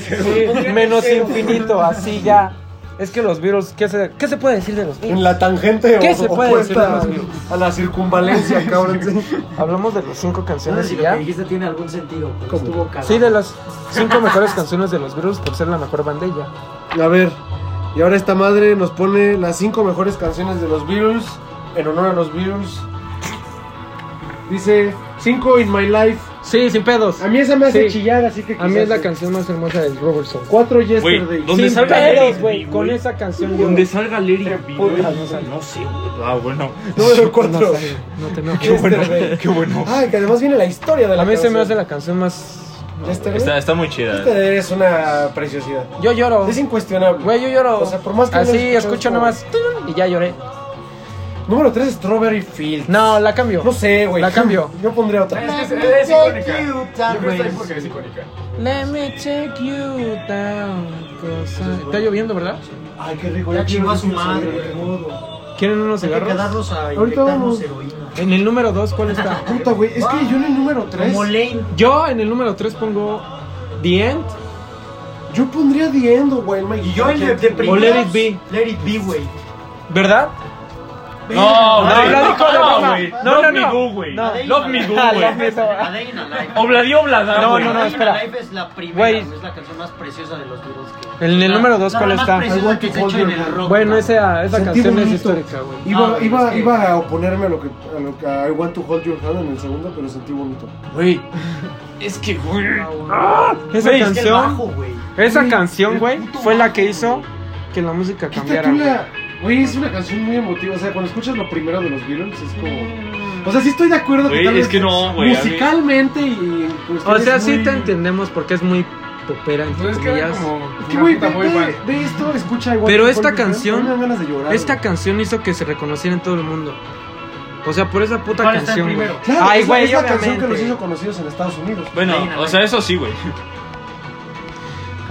B: cero, güey.
A: Sí, menos infinito, así ya. Es que los virus, ¿qué se, qué se puede decir de los virus?
C: en la tangente
A: ¿Qué
C: o-
A: se puede
C: opuesta
A: decir?
C: a la circunvalencia, cabrón. sí.
A: Hablamos de las cinco
D: No sé
A: canciones
D: si
A: y
D: lo que
A: ya.
D: dijiste tiene algún sentido. pero
C: ¿Cómo?
D: Estuvo cagado.
A: Sí, de las cinco mejores canciones de los virus por ser la mejor bandilla.
C: A ver, y ahora esta madre nos pone las cinco mejores canciones de los Beatles en honor a los Beatles. Dice cinco in my life.
A: Sí, sin pedos.
C: A mí esa me hace
A: Sí.
C: chillar, así que
A: A mí
C: quizás
A: es la
C: sí.
A: canción más hermosa del Robertson.
C: Cuatro
B: Güey,
C: yesterday.
B: ¿dónde
A: sin
B: salga
A: pedos,
B: Larry
A: güey.
B: B,
A: Con
B: güey?
A: esa canción yo.
B: Donde salga Larry B, güey.
A: puta, no sale.
B: No sé, güey. Ah, bueno.
C: Número
A: No,
C: cuatro.
A: sale, no te enojes.
B: Qué bueno,
C: Yesterday.
B: qué bueno.
C: Ay, que además viene la historia de la
A: A mí se
C: canción.
A: me hace la canción más.
C: Yesterday.
B: Está, está muy chida.
A: Este
C: Esta es una preciosidad.
A: Yo lloro.
C: Es incuestionable.
A: Güey, yo lloro.
C: O sea, por más que no lo
A: Así
C: escuches,
A: escucho
C: es como-
A: nomás. "Tum", Y ya lloré.
C: Número 3, Strawberry Field.
A: No, la cambio.
C: No sé, güey.
A: La cambio.
C: Yo pondría otra.
G: Es que es, es icónica. Yo creo que está ahí porque es icónica.
A: Let me take you down. cosa- Está lloviendo, ¿verdad?
C: Ay, qué rico.
D: Ya
C: ya
D: chingó a su
C: quiero ir
D: madre,
C: salir.
D: ni modo.
A: ¿Quieren unos
D: Hay que
A: cigarros?
D: quedarnos a
C: Ahorita vamos.
D: inyectarnos heroína.
A: En el número 2, ¿cuál está?
C: Puta, güey. Es que yo en el número 3.
D: Como Lane.
A: Yo en el número 3 pongo The End.
C: Yo pondría The End, güey. my
D: Y yo en el
C: fucking-
D: de primeros,
A: Let It Be.
D: Let It Be, güey.
A: ¿Verdad? No,
B: No, güey.
A: la dijo de broma.
B: güey.
A: Ah, No,
B: Love
A: no,
B: me
A: no.
B: do, güey.
A: No.
B: Love me do,
A: Ah,
B: güey.
A: Love Me Do.
D: A Day in a Life.
B: Obladí, oblada,
A: No,
B: güey.
A: no, no.
D: Day in
A: espera.
D: a Life es la primera,
A: Güey.
D: güey, es la canción más preciosa de los Beatles que...
A: En el
D: La-
A: número 2,
D: la
A: ¿cuál
D: más
A: está?
D: preciosa que se ha hecho en el rock,
A: Bueno,
D: güey.
A: esa, esa
C: Sentí
A: canción es
C: bonito.
A: histórica, güey.
C: Iba,
D: No, güey,
C: iba,
D: es que-
C: iba a oponerme a lo que, a lo que a I want to hold your hand en el segundo, pero sentí bonito.
B: Güey. Es que, güey.
A: Esa
D: Güey, es que el
A: canción,
D: bajo, güey.
A: esa
C: Güey,
A: canción,
C: el
A: güey,
C: puto
A: fue la
C: bajo,
A: que hizo
C: güey.
A: que la música
C: Esta
A: cambiara.
C: tú
A: güey.
C: la- Güey, es una canción muy emotiva. O sea, cuando escuchas lo primero de los Beatles, es
A: Mm.
C: como. O sea, sí estoy de acuerdo
B: Güey,
C: que tal
B: es
C: vez
B: que no, güey, a mí-
C: Musicalmente y. en
A: O
C: cuestiones
A: sea, sí
C: muy-
A: te entendemos porque es muy popera, entre
D: Pues
G: Entonces queda
A: comillas.
G: como.
C: Es que, güey,
G: una puta boy
C: ve,
G: band.
C: ve esto, escucha I Want
A: Pero
C: to
A: esta
C: Hold Your Hand,
A: canción-
C: me dan ganas de llorar,
A: Esta
C: güey.
A: canción hizo que se reconociera en todo el mundo. O sea, por esa puta
D: ¿Cuál está
A: canción,
D: el
A: güey.
D: primero?
C: Claro,
A: Ay,
C: es,
A: güey,
C: es la canción que
A: obviamente.
C: los hizo conocidos en Estados Unidos.
B: Bueno, o sea, eso sí, güey.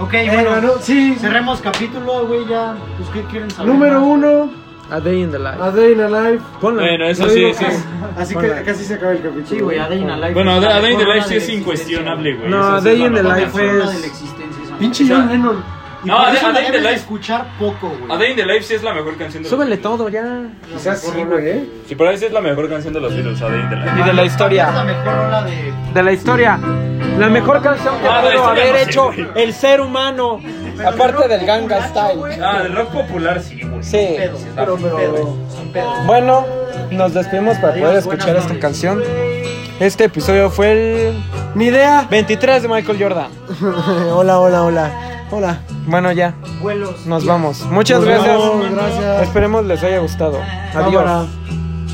D: Ok,
C: Eh,
D: bueno,
C: bueno, sí.
D: cerremos capítulo, güey, ya. Pues, ¿qué quieren saber?
C: Número
D: más?
C: uno,
A: A Day in the Life.
C: A Day in a Life.
A: Ponla.
B: Bueno, eso
C: Yo
B: sí,
C: digo
B: sí.
C: que-
B: es-
C: Así
A: Ponla.
C: que casi se acaba el capítulo.
D: Sí, güey, A Day in a Life.
B: Bueno,
D: es la
B: a Day in the
D: mejor
B: Life
D: rola
B: sí
D: de
B: es
D: la
B: incuestionable, güey.
A: No,
B: Esa sí
A: Day
B: es la
A: in the
B: mejor.
A: Life
D: existencia. La mejor rola
A: es-
D: de la existencia, esa
C: Pinche
B: Esa-
C: John Lennon.
D: Y
B: No,
D: por
B: a
D: eso
B: Day- a
D: la
B: Day in the
D: debes de
B: Life.
D: escuchar poco, güey.
B: A Day in the Life sí es la mejor canción de los
A: Súbele
B: Beatles.
A: todo ya.
C: Quizás sí, güey. ¿eh?
B: Sí, pero esa es la mejor canción de los Beatles, A Day in the Life.
A: Y de la
D: Es la
A: historia.
D: mejor rola de...
A: De la historia. La mejor canción que
B: Ah, de
A: pudo
B: la historia
A: haber
B: no sé,
A: hecho
B: güey.
A: el ser humano. Aparte del Ganga Style.
B: Ah, del rock popular sí, güey.
A: Sí.
D: Pero, pero... Sin pedos.
A: Bueno, nos despedimos para poder
D: Adiós,
A: escuchar
D: buenas
A: esta
D: noches.
A: canción. Este episodio fue el. Ni idea. 23 de Michael Jordan.
C: hola, hola, hola. Hola.
A: Bueno, ya.
D: Vuelos.
A: Nos vamos. Muchas
C: Nos
A: gracias.
C: vamos, gracias.
A: Esperemos les haya gustado. Adiós.
C: Cámara.